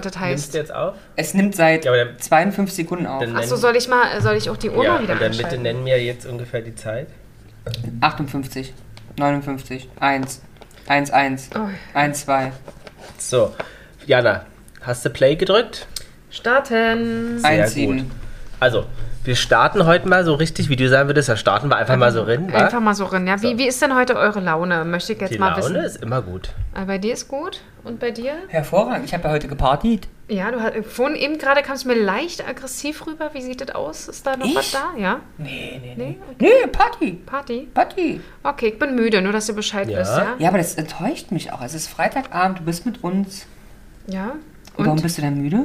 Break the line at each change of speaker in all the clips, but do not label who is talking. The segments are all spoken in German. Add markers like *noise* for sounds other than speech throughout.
Das
Nimmst
heißt.
du jetzt auf?
Es nimmt seit
Ja, aber dann-
52 Sekunden auf.
Dann-
Achso, soll ich mal, äh, soll ich auch die Uhr
ja,
mal wieder
und dann bitte
einschalten?
nennen mir jetzt ungefähr die Zeit.
58, 59, 1, 1, 1,
Oh.
1, 2,
So, Jana, hast du Play gedrückt?
Starten.
1,
gut.
7.
Also, wir starten heute mal so richtig, wie du sagen würdest, da starten wir einfach mal so rein. wa?
Einfach mal so rein. Ja, wie,
So.
wie ist denn heute eure Laune? Möchte ich jetzt
die
mal
Laune
wissen.
ist immer gut.
Äh, Bei dir ist gut und bei dir?
Hervorragend, ich habe ja heute gepartied.
Ja, du hast äh, vorhin eben gerade kam es mir leicht aggressiv rüber. Wie sieht das aus? Ist da noch
Ich?
was da? Ja,
Nee, nee,
Nee,
nee. Nee, Party,
Party.
Party.
Okay, ich bin müde, nur dass du Bescheid
Ja.
wisst, ja?
Ja, aber das enttäuscht mich auch. Es ist Freitagabend, du bist mit uns.
Ja.
Und? Warum
Und?
bist du denn müde?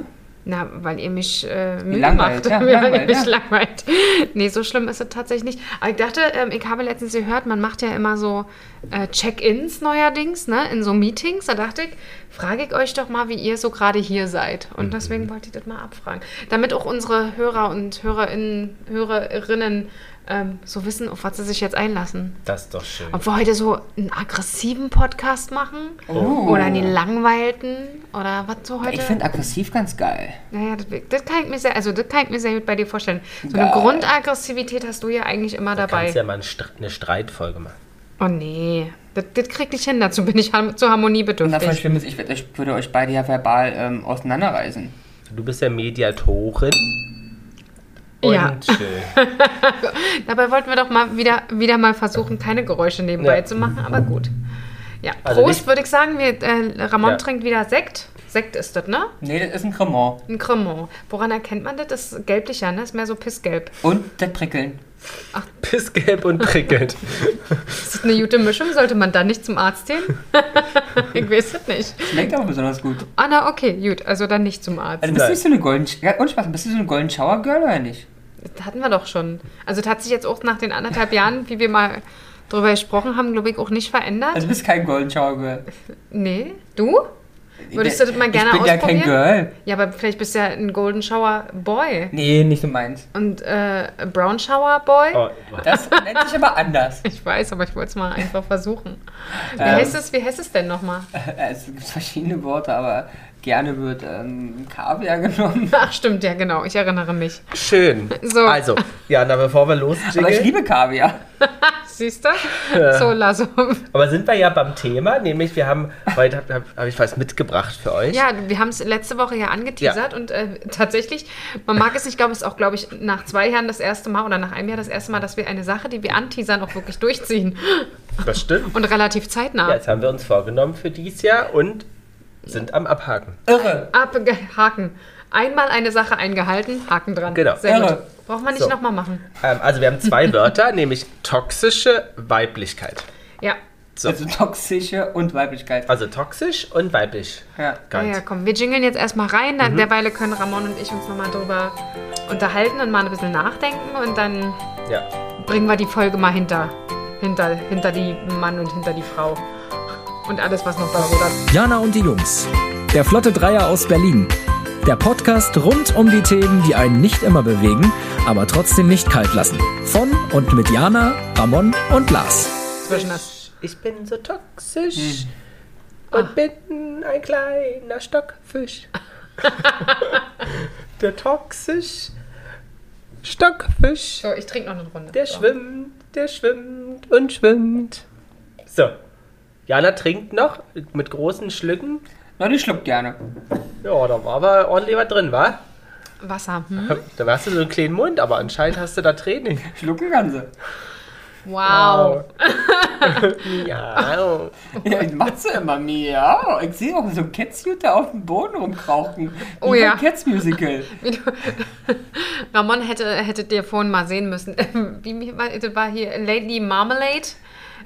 Na, weil ihr mich äh, müde
Langweilt,
macht. *laughs*
ja,
ihr
langweilt,
mich
ja.
langweilt. Nee, so schlimm ist es tatsächlich nicht. Aber ich dachte, ähm, ich habe letztens gehört, man macht ja immer so äh, Check-ins neuerdings, ne, in so Meetings. Da dachte ich, frage ich euch doch mal, wie ihr so gerade hier seid.
Mhm.
Und deswegen wollte ich das mal abfragen. Damit auch unsere Hörer und Hörerinnen, Hörerinnen ähm, so wissen, auf was sie sich jetzt einlassen.
Das ist doch schön.
Ob wir heute so einen aggressiven Podcast machen
Oh.
oder einen langweilten oder was so heute.
Ich finde aggressiv ganz geil.
Naja, das, das kann ich mir sehr, also das kann ich mir sehr gut bei dir vorstellen. So eine
Geil.
Grundaggressivität hast du ja eigentlich immer
Du kannst ja
dabei.
mal einen Str- eine Streitfolge machen.
Oh nee, das, das krieg ich hin, dazu bin ich ham zur Harmonie
Und davon
bedürftig.
schlimm ist, ich, würd- ich würde euch beide ja verbal ähm, auseinanderreißen.
Du bist ja Mediatorin. *laughs*
Ja.
Und schön.
*laughs* Dabei wollten wir doch mal wieder, wieder mal versuchen, keine Geräusche nebenbei
Ja.
zu machen, aber gut. Ja,
Also
Prost
nicht-
würde ich sagen, wir, äh, Ramon
Ja.
trinkt wieder Sekt. Sekt ist das, ne?
Nee, das ist ein Cremant.
Ein Cremant. Woran erkennt man das? Das ist gelblicher, ne? Ist mehr so pissgelb.
Und das Prickeln.
Pissgelb und prickelnd.
Ist das eine gute Mischung? Sollte man da nicht zum Arzt gehen? *laughs* ich weiß es nicht.
Schmeckt aber besonders gut.
Ah, na, okay, gut. Also dann nicht zum Arzt.
Also bist
Nein.
du nicht so eine Golden... Ja, und Spaß, bist du so eine Golden Shower Girl oder nicht? Also
Das hatten wir doch schon. Also das hat sich jetzt auch nach den anderthalb Jahren, wie wir mal drüber gesprochen haben, glaube ich, auch nicht verändert.
Also bist kein Golden Shower Girl.
nee. Du? Würdest du das mal gerne
Ich bin ja kein
ausprobieren?
Girl.
Ja, aber vielleicht bist du ja ein Golden Shower Boy
Nee, nicht so meins.
und äh, ein Brown Shower Boy.
*laughs* Oh,
Das nennt sich aber anders. *laughs*
Ich weiß, aber ich wollte es mal einfach versuchen. Wie,
Ähm.
heißt, es, wie heißt es denn nochmal?
Äh, Es gibt verschiedene Worte, aber gerne wird ähm, Kaviar genommen.
Ach, stimmt, ja, genau. Ich erinnere mich.
schön.
So.
Also, Jana, bevor wir
Aber ich
loslegen,
liebe Kaviar.
Siehst du? So, Lasso.
aber sind wir ja beim Thema, nämlich wir haben, heute habe hab, hab ich was mitgebracht für euch.
Ja, wir haben es letzte Woche ja angeteasert und äh, tatsächlich, man mag es nicht glauben, es ist auch, glaube ich, nach zwei Jahren das erste Mal oder nach einem Jahr das erste Mal, dass wir eine Sache, die wir anteasern, auch wirklich durchziehen
Das stimmt.
und relativ zeitnah.
Ja, jetzt haben wir uns vorgenommen für dieses Jahr und sind am Abhaken.
Irre.
Abhaken. Einmal eine Sache eingehalten, Haken dran.
Genau.
Sehr gut.
Irre.
Braucht man nicht
So.
nochmal machen.
Ähm, also wir
*laughs*
haben zwei Wörter, nämlich toxische Weiblichkeit.
Ja.
So.
Also toxische und Weiblichkeit.
Also toxisch und weiblich.
Ja.
Ah, Ja, ja, komm, wir jingeln jetzt erstmal rein,
Mhm.
dann derweile können Ramon und ich uns nochmal drüber unterhalten und mal ein bisschen nachdenken und dann
Ja.
bringen wir die Folge mal hinter, hinter, hinter die Mann und hinter die Frau und alles, was noch da rudert.
Jana und die Jungs. Der Flotte Dreier aus Berlin. Der Podcast rund um die Themen, die einen nicht immer bewegen, aber trotzdem nicht kalt lassen. Von und mit Jana, Ramon und Lars.
zwischen das. Hm. Ah.
Ich bin so toxisch und bin ein
*laughs*
kleiner Stockfisch. Der toxisch Stockfisch,
So, ich trinke noch eine Runde.
der
so.
schwimmt, der schwimmt und schwimmt. So. Jana trinkt noch mit großen Schlücken.
Na, die schluckt gerne.
Ja, da war aber ordentlich was drin, wa?
Wasser. Hm?
Da hast du so einen kleinen Mund, aber anscheinend hast du da Training.
Schlucken kann sie.
*laughs*
*laughs*
Wow.
Ja.
Ja, ich mach sie immer miau. Ich sehe auch so Kätzjute auf dem Boden rumkrauchen. Wie
Oh
beim
ja.
Cats-Musical.
Wie du, *laughs* Ramon hätte, hättet ihr vorhin mal sehen müssen. *laughs* Wie wie war, das war hier Lady Marmalade?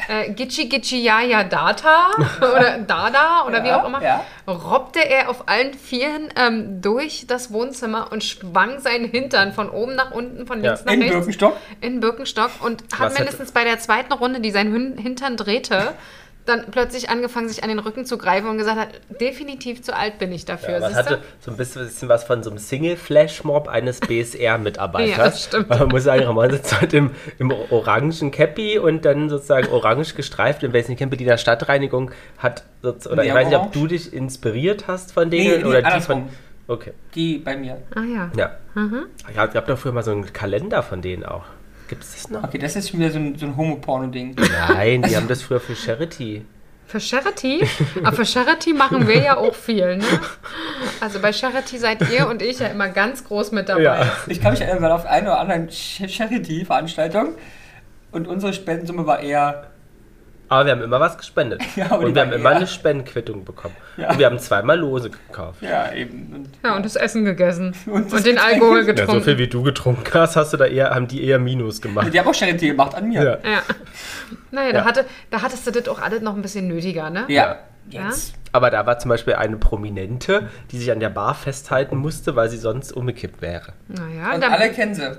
Äh, Gitschi Gitschi Yaya
*laughs*
Data oder Dada oder wie
Ja,
auch immer,
ja.
robbte er auf allen Vieren ähm, durch das Wohnzimmer und schwang seinen Hintern von oben nach unten, von
Ja.
links nach
In
rechts.
Birkenstock.
in Birkenstock und hat
Was hätte-
mindestens bei der zweiten Runde, die sein Hin- Hintern drehte, dann plötzlich angefangen, sich an den Rücken zu greifen und gesagt hat, definitiv zu alt bin ich dafür.
Ja, was
siehst du?
hatte so ein bisschen, bisschen was von so einem Single-Flash-Mob eines BSR-Mitarbeiters.
Ja, das stimmt.
Weil man muss sagen, Ramon sitzt heute im, im orangen Cappy und dann sozusagen orange gestreift im Westen Campy, die der Stadtreinigung hat. sozusagen- Oder
Nee,
ich weiß nicht, ob
orange.
du dich inspiriert hast von denen
Nee, nee,
oder die
andersrum. Mhm.
von. Okay,
Die bei mir.
Ah ja.
ja. Ich habe hab doch früher mal so einen Kalender von denen auch. Gibt es das noch?
Okay, das ist schon wieder so ein, so ein Homoporno-Ding.
*laughs* Nein, die haben das früher für Charity.
Für Charity? Aber für Charity machen wir ja auch viel, ne? Also bei Charity seid ihr und ich ja immer ganz groß mit dabei.
Ich kann mich erinnern auf eine oder andere Ch- Charity-Veranstaltung und unsere Spendensumme war eher.
Aber wir haben immer was gespendet.
Ja, aber die
und wir haben
waren
immer
eher-
eine Spendenquittung bekommen.
Ja.
Und wir haben zweimal Lose gekauft.
Ja, eben. Und
Ja, und das Essen gegessen.
Und
Und,
das
den
Getränk.
Alkohol
Ja, so viel
getrunken.
wie du getrunken hast, hast du da eher, haben die eher Minus gemacht.
die haben auch Charity gemacht an mir.
Ja.
Ja. Naja, da,
Ja.
hatte, da hattest du das auch alles noch ein bisschen nötiger, ne?
Ja,
Ja?
jetzt.
*laughs* Aber da war zum Beispiel eine Prominente, die sich an der Bar festhalten musste, weil sie sonst umgekippt wäre.
Naja,
Und
dann-
alle kennen sie.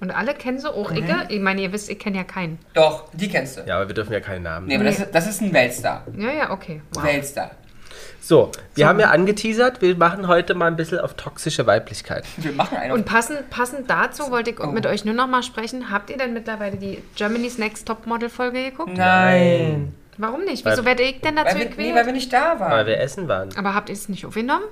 und alle kennen so
Mhm.
auch Icke. Ich meine, ihr wisst, ich kenne ja keinen.
Doch, die kennst du.
Ja, aber wir dürfen ja keinen Namen
Nee,
nennen.
aber das, ist- das ist ein Weltstar.
Ja, ja, okay. Wow.
Weltstar.
So, wir haben ja angeteasert, wir machen heute mal ein bisschen auf toxische Weiblichkeit.
Wir machen einen.
Und
auf-
passend, passend dazu wollte ich
Oh.
mit euch nur noch mal sprechen. Habt ihr denn mittlerweile die Germany's Next Topmodel-Folge geguckt?
Nein.
Warum nicht? Wieso werde ich denn dazu
Weil wir, nee,
gequält?
weil wir nicht da waren.
Weil wir essen waren.
Aber habt ihr es nicht aufgenommen?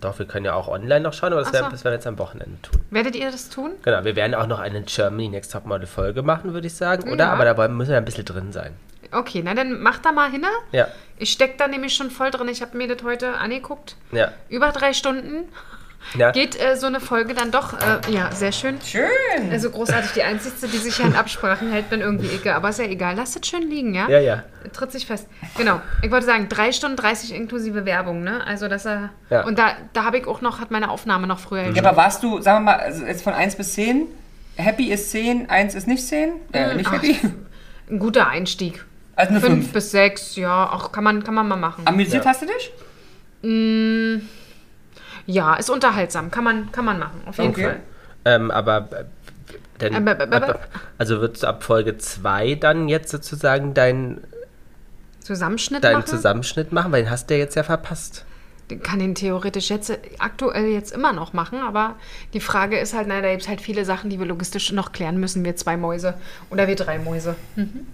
Doch, wir können ja auch online noch schauen, aber das,
Ach
werden,
so.
das werden wir jetzt am Wochenende tun.
Werdet ihr das tun?
Genau, wir werden auch noch eine Germany Next Top Model Folge machen, würde ich sagen, oder?
Ja.
Aber dabei müssen wir ein bisschen drin sein.
Okay, na dann macht da mal hin.
Ja,
Ich stecke da nämlich schon voll drin. Ich habe mir das heute angeguckt.
ja.
Über drei Stunden
ja.
geht äh, so eine Folge dann doch. Äh, ja, sehr schön.
Schön.
Also großartig, die Einzige, die sich an Absprachen hält, bin irgendwie Icke. Aber ist ja egal. Lasst es schön liegen, ja?
Ja, ja.
Tritt sich fest. Genau. Ich wollte sagen, 3 Stunden 30 inklusive Werbung, ne? Also, dass er.
Ja. Mhm.
Und da, da habe ich auch noch, hat meine Aufnahme noch früher
Ja, aber warst du, sagen wir mal, also jetzt von 1 bis 10, happy ist 10, 1 ist nicht 10,
Mhm.
äh, nicht happy.
*laughs* Ein guter Einstieg.
Also eine
5
5.
bis 6, ja, auch kann man, kann man mal machen.
Amüsiert
Ja.
hast du dich?
Ja, ist unterhaltsam. Kann man, kann man machen, auf jeden Fall.
Ähm, aber äh, dann,
Ähm, b- b- b-
ab- also würdest du ab Folge 2 dann jetzt sozusagen deinen
Zusammenschnitt
deinen
machen?
Zusammenschnitt machen, weil den hast du ja jetzt ja verpasst.
Den kann den theoretisch jetzt aktuell jetzt immer noch machen, aber die Frage ist halt, naja, da gibt es halt viele Sachen, die wir logistisch noch klären müssen, wir zwei Mäuse oder wir drei Mäuse.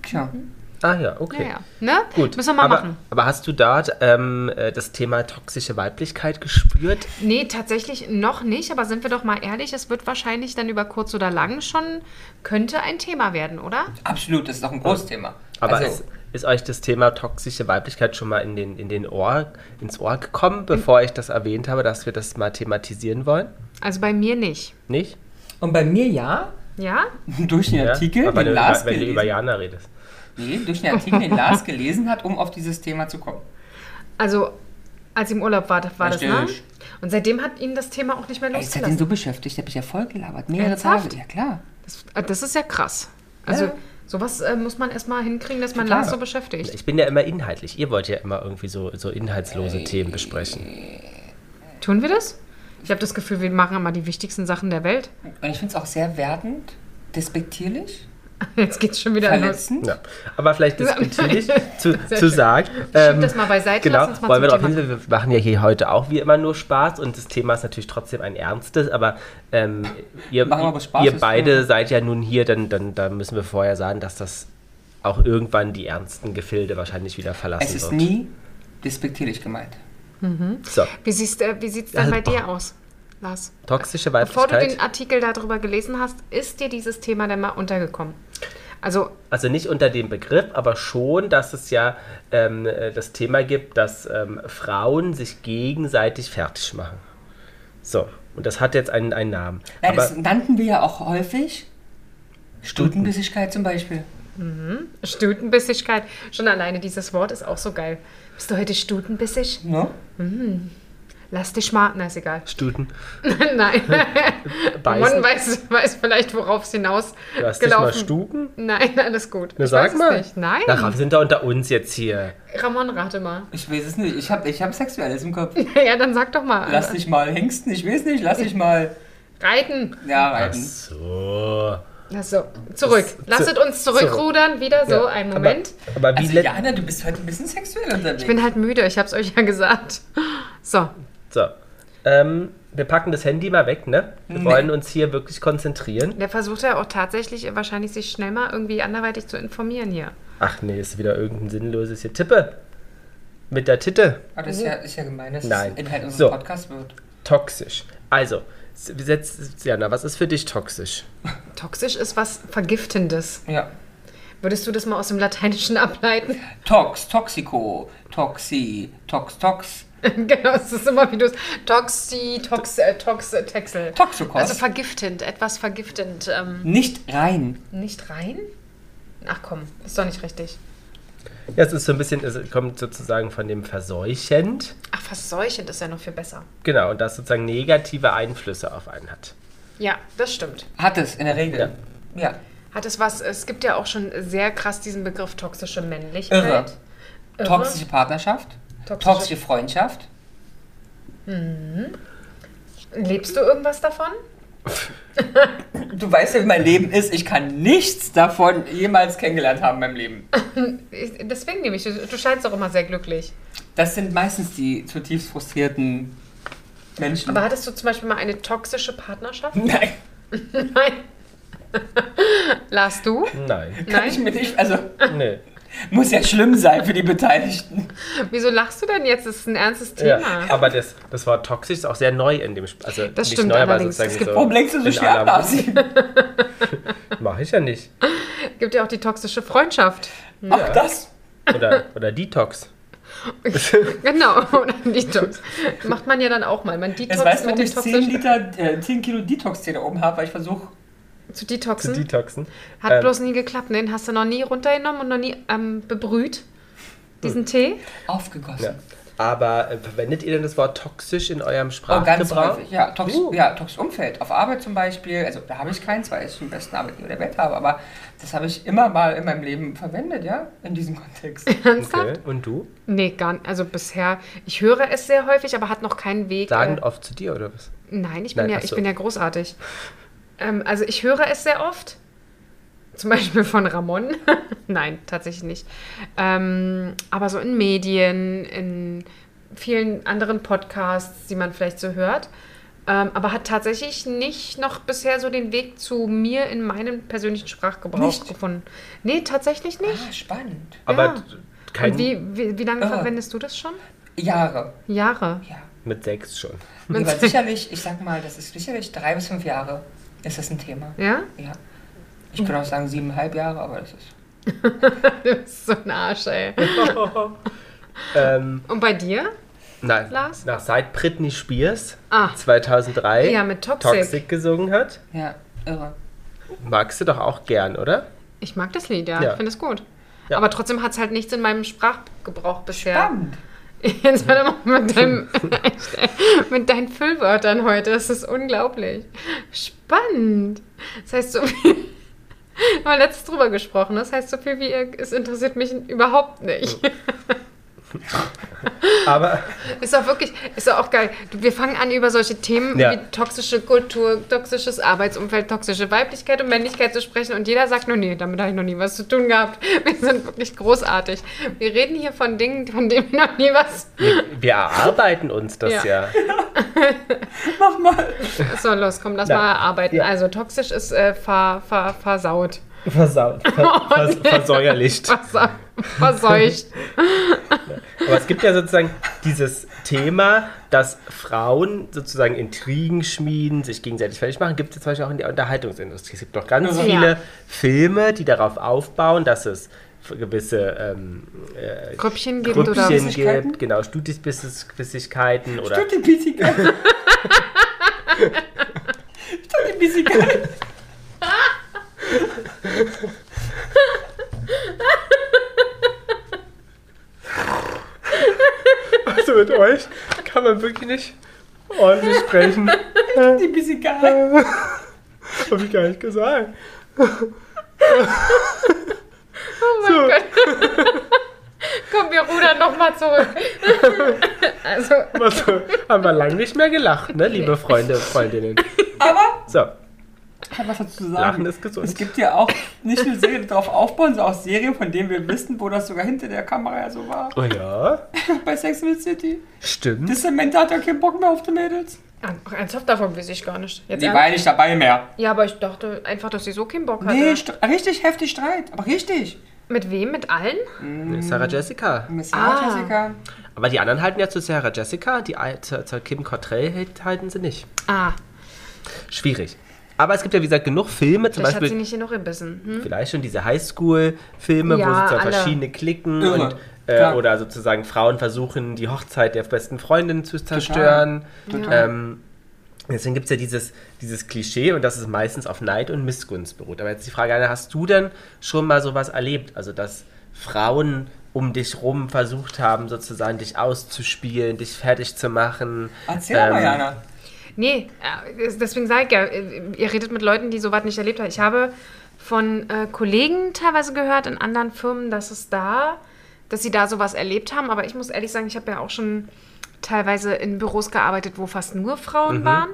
Tja.
Mhm.
Ah ja, okay.
Naja, ne?
Gut.
Müssen wir mal
aber,
machen.
Aber hast du dort ähm, äh, das Thema toxische Weiblichkeit gespürt?
Nee, tatsächlich noch nicht, aber sind wir doch mal ehrlich, es wird wahrscheinlich dann über kurz oder lang schon, könnte ein Thema werden, oder?
Absolut, das ist doch ein großes Thema.
Aber
also,
ist, ist euch das Thema toxische Weiblichkeit schon mal in den, in den Ohr, ins Ohr gekommen, bevor ich das erwähnt habe, dass wir das mal thematisieren wollen?
Also bei mir nicht.
Nicht?
und bei mir *laughs* ja,
Ja?
durch den
Ja?
Artikel,
Aber wenn
den
du
Lars
über, wenn du über
gelesen,
Jana redest.
nee, durch den Artikel, den Lars gelesen hat, um auf dieses Thema zu kommen.
Also, als ich im Urlaub war, war das, ne?
Richtig.
Und seitdem hat ihn das Thema auch nicht mehr
Ey, ich hatte ihn
losgelassen.
so beschäftigt, der mich ja voll gelabert. Mehrere
Ernsthaft?
Tage. Ja, klar.
Das, äh, das ist ja krass. Also,
Ja.
sowas äh, muss man erstmal hinkriegen, dass man
Total.
Lars so beschäftigt.
Ich bin ja immer inhaltlich. Ihr wollt ja immer irgendwie so, so inhaltslose Themen besprechen.
Tun wir das? Ich habe das Gefühl, wir machen immer die wichtigsten Sachen der Welt. *laughs*
Und ich finde es auch sehr wertend, despektierlich,
Jetzt geht's schon wieder los.
verletzend.
Ja.
*laughs*
Aber vielleicht
Ja.
diskutierlich zu,
Sehr
zu
schön.
sagen.
Schieb das mal beiseite,
Genau,
lass uns mal
wollen wir
zum
darauf hin, wir machen ja hier heute auch wie immer nur Spaß und das Thema ist natürlich trotzdem ein ernstes, aber ähm, ihr,
Machen wir aber Spaß,
ihr
ist
beide
gut.
seid ja nun hier, dann, dann, dann müssen wir vorher sagen, dass das auch irgendwann die ernsten Gefilde wahrscheinlich wieder verlassen
Es ist
wird.
nie despektierlich gemeint.
so,
Wie sieht äh, wie sieht's denn
Also-
bei
halt
dir aus, Lars?
toxische
Bevor du
Weiblichkeit.
den Artikel darüber gelesen hast, ist dir dieses Thema denn mal untergekommen? Also,
Also nicht unter dem Begriff, aber schon, dass es ja ähm, äh, das Thema gibt, dass ähm, Frauen sich gegenseitig fertig machen. So, und das hat jetzt einen, einen Namen.
Nein,
aber
das nannten wir ja auch häufig. Stutenbissigkeit zum Beispiel.
Stutenbissigkeit, schon alleine dieses Wort ist auch so geil. Bist du heute stutenbissig?
Ne?
Lass dich mal, na ist egal. *laughs*
Stuten,
Nein, man
beißen,
weiß, weiß vielleicht, worauf es hinaus
du hast dich mal
gelaufen.
Stuken?
Nein, alles gut.
Na,
ich
sag
weiß
mal.
es nicht. Nein,
Na, Raff, sind da unter uns jetzt hier.
Ramon, rate mal. *laughs*
Ich weiß es nicht. Ich habe ich hab Sexuelles im Kopf.
Ja, dann sag doch mal.
Lass dich mal hengsten. Ich weiß nicht. Lass dich mal
Reiten.
ja,
Ach
reiten.
so.
Also, zurück.
Das-
Lasst
zu-
uns zurückrudern. Wieder so,
Ja,
einen Moment.
Aber, aber wie
Also
let-
Jana, du bist heute ein bisschen sexuell unterwegs.
Ich bin halt müde, ich hab's euch ja gesagt. So,
So. Ähm, wir packen das Handy mal weg, ne? Wir
Mhm.
Nee.
wollen uns hier wirklich konzentrieren.
der versucht ja auch tatsächlich wahrscheinlich sich schnell mal irgendwie anderweitig zu informieren hier.
Ach nee, ist wieder irgendein sinnloses hier. Tippe. Mit der Titte.
Aber das ist
Mhm.
ja, ist ja gemein, dass
Nein.
es halt Inhalt unseres
So.
Podcasts wird.
Toxisch. Also, s- setz, Jana, was ist für dich toxisch?
Toxisch ist was Vergiftendes.
Ja.
Würdest du das mal aus dem Lateinischen ableiten? *laughs*
Tox, Toxico, Toxi, Tox, Tox,
genau, es ist immer wie du es. Toxi, Tox, äh, Tox, äh, Texel.
Toxikos.
Also vergiftend, etwas vergiftend. Ähm,
nicht rein.
nicht rein? Ach komm, ist doch nicht richtig.
Ja, es ist so ein bisschen, es kommt sozusagen von dem verseuchend.
Ach, verseuchend ist ja noch viel besser.
Genau, und das sozusagen negative Einflüsse auf einen hat.
Ja, das stimmt.
Hat es in der Regel. Ja.
Hat es was, es gibt ja auch schon sehr krass diesen Begriff toxische Männlichkeit.
Irre.
Irre.
Toxische Partnerschaft,
Toxische-
toxische, Freundschaft.
Lebst du irgendwas davon?
Du weißt ja, wie mein Leben ist. Ich kann nichts davon jemals kennengelernt haben in meinem Leben.
Ich- Deswegen nehme ich, du, du scheinst auch immer sehr glücklich.
Das sind meistens die zutiefst frustrierten Menschen.
Aber hattest du zum Beispiel mal eine toxische Partnerschaft?
*laughs* Nein,
Nein. Lars, du?
Nein. *laughs*
kann
Nein?
ich mir nicht. Also,
Nee.
muss ja schlimm sein für die Beteiligten.
Wieso lachst du denn jetzt? Das ist ein ernstes
Ja,
Thema.
aber das, das Wort toxisch ist auch sehr neu in dem Sp Also
Das
nicht
stimmt
neu, aber
allerdings.
sozusagen
Es gibt
Warum lenkst du so
in
schnell ab,
aller Munde.
Nasi?
Mach ich ja nicht.
Gibt ja auch die toxische Freundschaft. *laughs*
Ach, das?
Oder, oder Detox.
Genau, oder Detox. Macht man ja dann auch mal. Man
Jetzt
detoxt
weißt du,
mit
warum
den
ich 10,
toxischen
Liter, äh, 10 Kilo Detox-Zähne oben habe, weil ich versuche.
zu
Zu
detoxen.
Detoxen.
Hat
Ähm,
bloß nie geklappt. ne? Den hast du noch nie runtergenommen und noch nie ähm, bebrüht. Diesen Tee.
Ja.
Aufgegossen.
Aber äh, verwendet ihr denn das Wort toxisch in eurem
Oh, ganz
Sprachgebrauch?
häufig. Ja, Tox,
Uh.
ja, Tox-Umfeld. Auf Arbeit zum Beispiel. Also, da habe ich keins, weil ich den besten Arbeitgeber der Welt habe. Aber das habe ich immer mal in meinem Leben verwendet, ja? In diesem Kontext.
Ernsthaft?
okay. Und du?
Nee, gar nicht. Also bisher, ich höre es sehr häufig, aber hat noch keinen Weg.
Sagen
äh,
oft zu dir oder was?
Nein, ich bin,
Nein,
ja,
ach
ich
so.
bin ja großartig. Ähm, also ich höre es sehr oft. Zum Beispiel von Ramon. *laughs* Nein, tatsächlich nicht. Ähm, aber so in Medien, in vielen anderen Podcasts, die man vielleicht so hört. Ähm, aber hat tatsächlich nicht noch bisher so den Weg zu mir in meinem persönlichen Sprachgebrauch
Nicht?
gefunden. Nee, tatsächlich nicht.
Ah, spannend.
Aber d- kein, Ah.
Und wie, wie, wie lange
Irre.
verwendest du das schon?
Jahre.
Jahre.
Ja.
mit sechs schon.
Nee, Aber sicherlich, ich sag mal, das ist sicherlich drei bis fünf Jahre ist das ein Thema.
Ja?
Ja. Ich könnte auch sagen siebeneinhalb Jahre, aber das ist.
Du bist so ein Arsch, ey.
ähm,
Und bei dir?
nein,
Lars?
nach seit Britney Spears
Ah.
2003
Ja, mit Toxic.
Toxic gesungen hat,
Ja, irre.
magst du doch auch gern, oder?
Ich mag das Lied, ja.
Ja.
Ich finde es gut.
Ja.
Aber trotzdem hat es halt nichts in meinem Sprachgebrauch bisher.
Spannend.
*laughs* Jetzt hör doch mal mit, deinem, *laughs* mit deinen Füllwörtern heute. Das ist unglaublich. Spannend. Das heißt so viel. *laughs* Wir haben letztens drüber gesprochen. Das heißt so viel wie ihr, es interessiert mich überhaupt nicht.
Aber *laughs*
Ist auch wirklich, ist auch geil. Du, Wir fangen an, über solche Themen
Ja.
wie toxische Kultur, toxisches Arbeitsumfeld, toxische Weiblichkeit und Männlichkeit zu sprechen. Und jeder sagt nur, nee, damit habe ich noch nie was zu tun gehabt. *laughs* Wir sind wirklich großartig. Wir reden hier von Dingen, von denen wir noch nie was.
wir, wir erarbeiten uns das ja.
Ja.
Mach mal.
So, los, komm, lass
Na,
mal arbeiten.
ja.
Also, toxisch ist äh, ver, ver, versaut. *laughs*
Versau
Oh,
ver vers versäuerlicht.
Versau
*laughs*
verseucht.
Aber es gibt ja sozusagen dieses Thema, dass Frauen sozusagen Intrigen schmieden, sich gegenseitig fertig machen, gibt es zum Beispiel auch in der Unterhaltungsindustrie. Es gibt doch ganz
Ja.
viele Filme, die darauf aufbauen, dass es gewisse ähm, äh,
Grüppchen gibt oder.
Grüppchen
Flüssigkeiten?
gibt, genau, Studisflüssigkeiten oder
Tut die Bissigkeit. Tut die Bissigkeit.
Also mit euch kann man wirklich nicht ordentlich sprechen.
Tut die Bissigkeit.
Hab ich gar nicht gesagt.
Komm, wir rudern nochmal zurück. *laughs* also,
Also, haben wir lange nicht mehr gelacht, ne, liebe Freunde, Freundinnen.
Aber
So.
Ich habe was dazu zu
Lachen
sagen.
ist gesund.
Es gibt ja auch nicht nur Serien, die darauf aufbauen, sondern auch Serien, von denen wir wissen, wo das sogar hinter der Kamera ja so war.
Oh ja,
Bei Sex and the City.
stimmt.
Das Samantha hat ja keinen Bock mehr auf die Mädels.
Ach, ernsthaft, davon weiß ich gar nicht. Jetzt
Die
ernst-
war ja nicht dabei mehr.
ja, aber ich dachte einfach, dass sie so keinen Bock hatte.
Nee, st- richtig heftig Streit. Aber richtig.
Mit wem? Mit allen?
Nee, Sarah Jessica.
Miss
Ah.
Jessica.
Aber die anderen halten ja zu Sarah Jessica, die al- zur, zur Kim Cottrell hält- halten sie nicht.
Ah,
Schwierig. Aber es gibt ja, wie gesagt, genug Filme, zum
vielleicht hat sie
Beispiel
nicht genug gebissen. Hm?
Mhm. vielleicht schon diese Highschool-Filme, wo
Ja,
sie zwar
alle.
verschiedene klicken
Irre.
und, äh,
Klar.
oder sozusagen Frauen versuchen, die Hochzeit der besten Freundin zu zerstören.
Total.
Ähm, deswegen gibt es ja dieses, dieses Klischee und das ist meistens auf Neid und Missgunst beruht. Aber jetzt die Frage, Anna, hast du denn schon mal sowas erlebt? Also, dass Frauen um dich rum versucht haben, sozusagen dich auszuspielen, dich fertig zu machen.
Erzähl doch mal,
Ähm,
Jana.
Nee, äh, deswegen sage ich ja, äh, ihr redet mit Leuten, die sowas nicht erlebt haben. Ich habe von äh, Kollegen teilweise gehört in anderen Firmen, dass es da, dass sie da sowas erlebt haben. Aber ich muss ehrlich sagen, ich habe ja auch schon teilweise in Büros gearbeitet, wo fast nur Frauen waren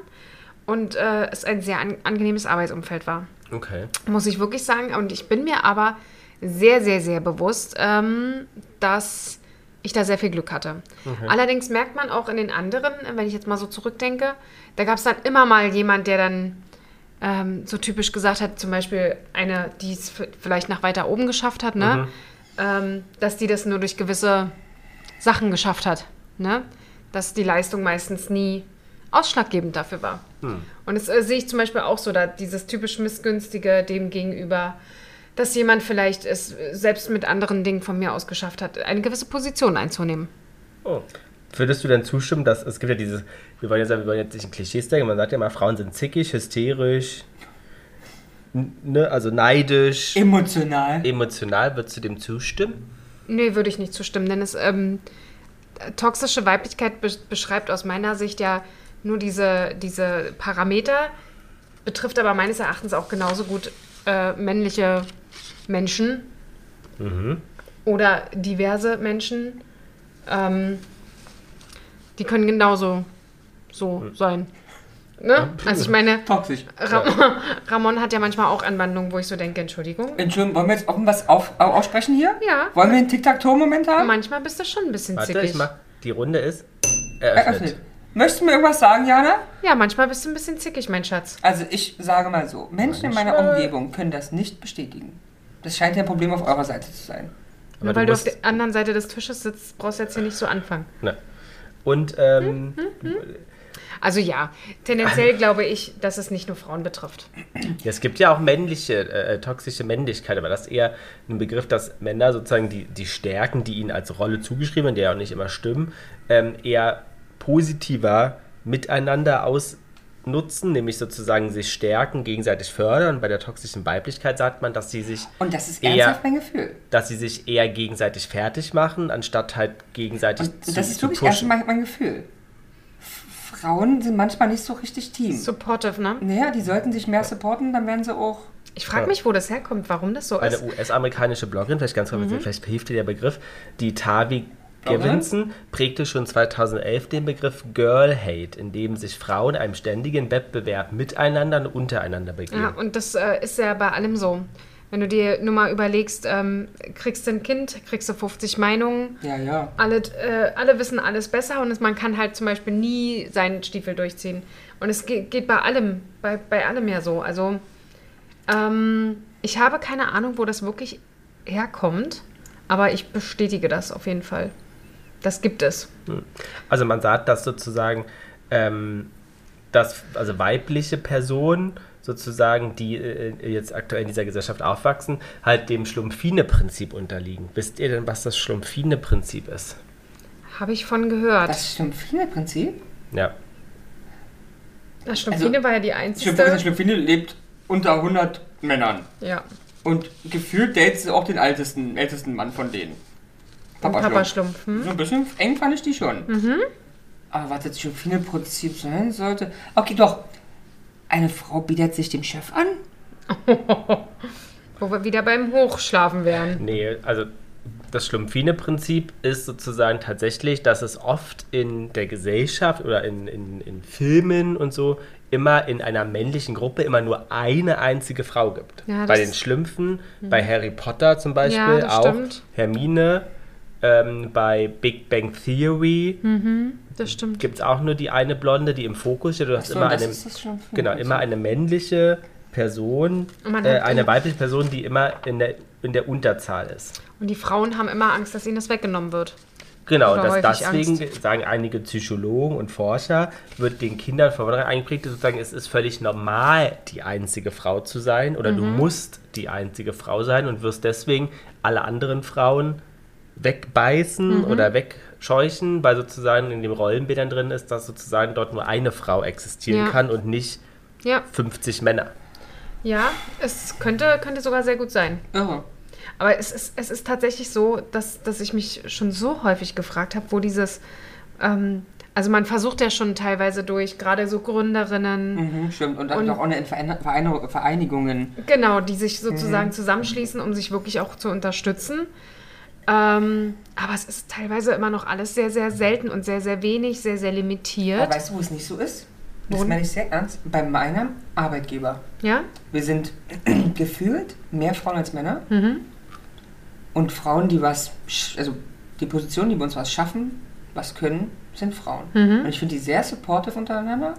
und äh, es ein sehr an angenehmes Arbeitsumfeld war
Okay.
muss ich wirklich sagen. Und ich bin mir aber sehr, sehr, sehr bewusst, ähm, dass ich da sehr viel Glück hatte. Allerdings merkt man auch in den anderen, wenn ich jetzt mal so zurückdenke, da gab es dann immer mal jemand, der dann ähm, so typisch gesagt hat, zum Beispiel eine, die es v- vielleicht nach weiter oben geschafft hat, ne? ähm, dass die das nur durch gewisse Sachen geschafft hat. Ne? Dass die Leistung meistens nie ausschlaggebend dafür war. Und das äh, sehe ich zum Beispiel auch so, da dieses typisch Missgünstige dem gegenüber, dass jemand vielleicht es äh, selbst mit anderen Dingen von mir aus geschafft hat, eine gewisse Position einzunehmen.
Oh. Würdest du denn zustimmen, dass es gibt ja dieses, wir wollen jetzt, wir wollen jetzt nicht in Klischees denken, man sagt ja immer, Frauen sind zickig, hysterisch, n- ne, also neidisch,
Emotional.
emotional, würdest du dem zustimmen?
Nee, würde ich nicht zustimmen, denn es ähm, toxische Weiblichkeit be beschreibt aus meiner Sicht ja nur diese, diese Parameter, betrifft aber meines Erachtens auch genauso gut äh, männliche Menschen
Mhm.
oder diverse Menschen. Ähm, die können genauso so
Hm.
sein. Ne? Also ich meine,
Toxisch.
Ram Ramon hat ja manchmal auch Anwandlungen, wo ich so denke, Entschuldigung.
Entschuldigung, wollen wir jetzt offen was auf, au- aussprechen hier?
Ja.
Wollen wir einen Tic-Tac-Toe-Moment haben?
Manchmal bist du schon ein bisschen
Warte,
zickig.
ich mach, die Runde ist eröffnet.
Eröffnet. Möchtest du mir irgendwas sagen, Jana?
Ja, manchmal bist du ein bisschen zickig, mein Schatz.
Also ich sage mal so, Menschen in meiner Umgebung können das nicht bestätigen. Das scheint ja ein Problem auf eurer Seite zu sein.
Aber
Nur
du
weil du auf
musst-
der anderen Seite des Tisches sitzt, brauchst du jetzt hier nicht so anfangen.
Ne. Und,
Hm?
ähm,
Also ja,
Äh.
tendenziell glaube ich, dass es nicht nur Frauen betrifft.
Ja, es gibt ja auch männliche, äh, toxische Männlichkeit, aber das ist eher ein Begriff, dass Männer sozusagen die, die Stärken, die ihnen als Rolle zugeschrieben werden, die ja auch nicht immer stimmen, ähm, eher positiver miteinander ausnutzen, nämlich sozusagen sich stärken, gegenseitig fördern. Bei der toxischen Weiblichkeit sagt man, dass sie sich,
Und das ist
Ja.
ernsthaft mein Gefühl.
dass sie sich eher gegenseitig fertig machen, anstatt halt gegenseitig
Und das ist wirklich erstmal mein Gefühl. F- Frauen sind manchmal nicht so richtig Team.
Supportive, ne?
Naja, die sollten sich mehr supporten, dann werden sie auch.
Ich frage mich, wo das herkommt, warum das so
eine
ist.
US-amerikanische Bloggerin, vielleicht ganz kurz, vielleicht hilft dir der Begriff, die Tavi Gevinson prägte schon 2011 den Begriff Girl Hate, in dem sich Frauen einem ständigen Wettbewerb miteinander und untereinander begeben.
Ja, und das äh, ist ja bei allem so. Wenn du dir nur mal überlegst, ähm, kriegst du ein Kind, kriegst du 50 Meinungen,
Ja, ja.
alle, äh, alle wissen alles besser und es, man kann halt zum Beispiel nie seinen Stiefel durchziehen. Und es ge geht bei allem, bei, bei allem ja so. Also ähm, ich habe keine Ahnung, wo das wirklich herkommt, aber ich bestätige das auf jeden Fall. Das gibt es.
Also man sagt, dass sozusagen, ähm, dass also weibliche Personen sozusagen, die äh, jetzt aktuell in dieser Gesellschaft aufwachsen, halt dem Schlumpfine-Prinzip unterliegen. Wisst ihr denn, was das Schlumpfine-Prinzip ist?
Habe ich von gehört. Das,
Das stimmt viele Prinzip.
Ja.
das Schlumpfine war ja die einzige.
Schlüpfine lebt unter 100 Männern.
Ja,
Und gefühlt datet sie auch den ältesten, ältesten Mann von denen. Papa,
Papa
Schlumpf. Mhm.
Schlumpf. Hm?
So ein bisschen eng fand ich die schon. Aber was das Schlumpfine-Prinzip sein sollte. Okay, doch. Eine Frau bietet sich dem Chef an.
Wo wir wieder beim Hochschlafen wären.
Nee, also das Schlumpfine-Prinzip ist sozusagen tatsächlich, dass es oft in der Gesellschaft oder in, in, in Filmen und so immer in einer männlichen Gruppe immer nur eine einzige Frau gibt.
Ja,
bei
das- Mhm.
den Schlümpfen, bei Harry Potter zum Beispiel
das
auch,
stimmt.
Hermine, ähm, bei Big Bang Theory
Mhm. Das stimmt.
gibt es auch nur die eine Blonde, die im Fokus steht. Du hast
Achso,
immer
das
eine,
ist das schon.
genau, immer eine männliche Person,
Und man
äh,
hat
eine
immer-
weibliche Person, die immer in der, in der Unterzahl ist.
Und die Frauen haben immer Angst, dass ihnen das weggenommen wird.
Genau, und
Oder
das
häufig
deswegen sagen einige Psychologen und Forscher, wird den Kindern von vornherein eingeprägt, sozusagen, es ist völlig normal, die einzige Frau zu sein oder du
Mhm.
musst die einzige Frau sein und wirst deswegen alle anderen Frauen wegbeißen
Mhm.
oder wegscheuchen, weil sozusagen in den Rollenbildern drin ist, dass sozusagen dort nur eine Frau existieren
Ja.
kann und nicht
Ja,
50 Männer.
ja, es könnte, könnte sogar sehr gut sein.
Irre.
Aber es ist, es ist tatsächlich so, dass, dass ich mich schon so häufig gefragt habe, wo dieses, ähm, also man versucht ja schon teilweise durch, gerade so Gründerinnen,
Mhm, stimmt. Und dann
Und-
noch ohne Verein- Verein- Vereinigungen.
Genau, die sich sozusagen
Mhm.
zusammenschließen, um sich wirklich auch zu unterstützen. Ähm, aber es ist teilweise immer noch alles sehr, sehr selten und sehr, sehr wenig, sehr, sehr
Aber
limitiert.
weißt du, wo es nicht so ist?
Wo?
Das meine ich sehr ernst. Bei meinem Arbeitgeber.
Ja?
Wir sind *clears throat* gefühlt mehr Frauen als Männer. Und Frauen, die was, sch- also die Positionen, die bei uns was schaffen, was können, sind Frauen. Und ich finde die sehr supportive untereinander.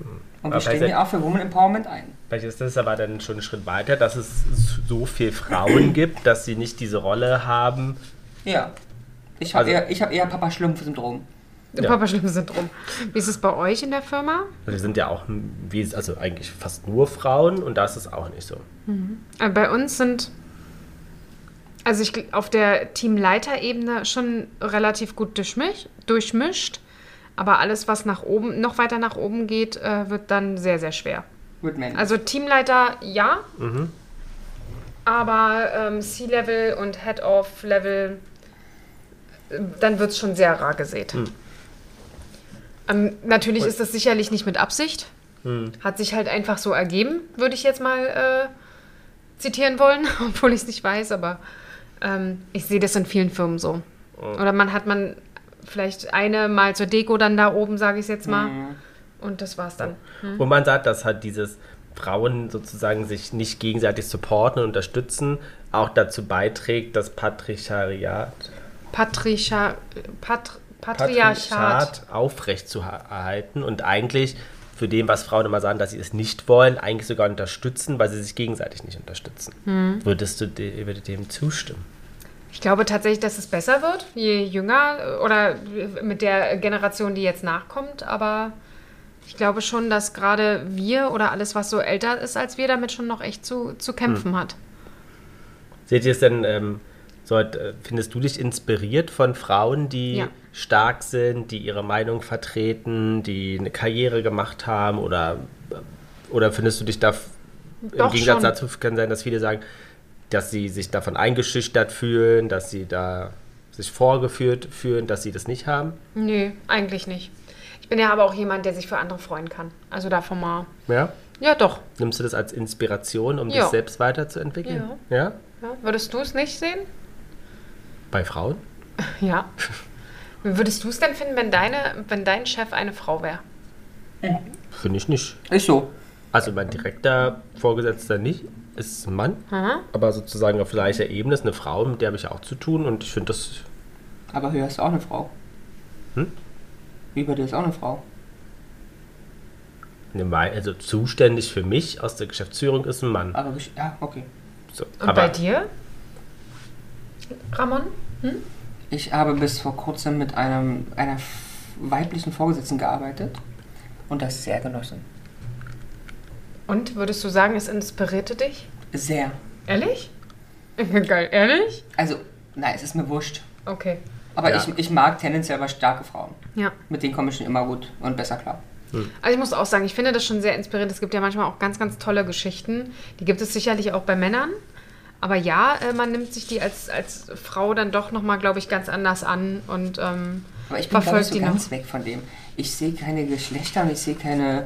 Und
Hm. Aber
wir stehen
vielleicht-
ja auch für Woman Empowerment ein.
Vielleicht ist das aber dann schon einen Schritt weiter, dass es so viel
*clears throat*
Frauen gibt, dass sie nicht diese Rolle haben,
Ja. Ich habe
Also-
eher, ich hab eher Papa-Schlumpf-Syndrom.
Ja.
Papa-Schlimm-Syndrom. Wie ist es bei euch in der Firma?
Wir sind ja auch, wie es- also eigentlich fast nur Frauen und da ist es auch nicht so.
Äh, Bei uns sind, also ich gl- auf der Teamleiterebene schon relativ gut durchmischt, durchmischt. Aber alles, was nach oben, noch weiter nach oben geht, äh, wird dann sehr, sehr schwer.
Good man.
Also Teamleiter ja, aber ähm, C-Level und Head-Off-Level, äh, dann wird es schon sehr rar gesät. Ähm, natürlich ist das sicherlich nicht mit Absicht. Hat sich halt einfach so ergeben, würde ich jetzt mal äh, zitieren wollen, *laughs* obwohl ich es nicht weiß, aber ähm, ich sehe das in vielen Firmen so. Oder man hat man vielleicht eine mal zur Deko dann da oben, sage ich jetzt mal. Und das war's dann.
Und man sagt, dass halt dieses Frauen sozusagen sich nicht gegenseitig supporten und unterstützen, auch dazu beiträgt, dass Patriarchat,
Patricia, Patr, Patriarchat.
aufrecht zu ha- erhalten und eigentlich für dem, was Frauen immer sagen, dass sie es nicht wollen, eigentlich sogar unterstützen, weil sie sich gegenseitig nicht unterstützen. Würdest du de- würde dem zustimmen?
Ich glaube tatsächlich, dass es besser wird, je jünger oder mit der Generation, die jetzt nachkommt. Aber ich glaube schon, dass gerade wir oder alles, was so älter ist als wir, damit schon noch echt zu, zu kämpfen hat.
Seht ihr es denn, ähm, so, äh, findest du dich inspiriert von Frauen, die
Ja.
stark sind, die ihre Meinung vertreten, die eine Karriere gemacht haben oder, äh, oder findest du dich da f- im
Doch,
Gegensatz
schon.
dazu kann sein, dass viele sagen, dass sie sich davon eingeschüchtert fühlen, dass sie da sich vorgeführt fühlen, dass sie das nicht haben?
Nö, eigentlich nicht. Ich bin ja aber auch jemand, der sich für andere freuen kann. Also davon mal.
Ja.
Ja, doch.
Nimmst du das als Inspiration, um
Ja.
dich selbst weiterzuentwickeln? Ja. ja?
Ja, würdest du es nicht sehen?
Bei Frauen?
Ja. Wie Würdest du es denn finden, wenn, deine, wenn dein Chef eine Frau wäre?
Finde ich nicht.
Ist so.
Also mein direkter Vorgesetzter nicht, ist ein Mann,
Aha.
aber sozusagen auf gleicher Ebene ist eine Frau, mit der habe ich ja auch zu tun und ich finde das,
Aber höher ist auch eine Frau.
Hm?
Über dir ist auch eine Frau.
eine Mei- also zuständig für mich aus der Geschäftsführung ist ein Mann.
Aber gesch- ja, okay.
So,
Und bei dir? Ramon?
Ich habe bis vor kurzem mit einem, einer weiblichen Vorgesetzten gearbeitet und das sehr genossen.
Und würdest du sagen, es inspirierte dich?
Sehr.
Ehrlich? *laughs* Geil, ehrlich?
Also, nein, es ist mir wurscht.
Okay.
Aber
Ja.
ich, ich mag tendenziell aber starke Frauen.
Ja.
Mit denen komme ich schon immer gut und besser klar.
Also ich muss auch sagen, ich finde das schon sehr inspirierend. Es gibt ja manchmal auch ganz, ganz tolle Geschichten. Die gibt es sicherlich auch bei Männern. Aber ja, äh, man nimmt sich die als, als Frau dann doch nochmal, glaube ich, ganz anders an und ähm,
Aber ich bin glaub ich,
verfolgt
so
die
ganz
noch.
weg von dem. Ich sehe keine Geschlechter und ich sehe keine,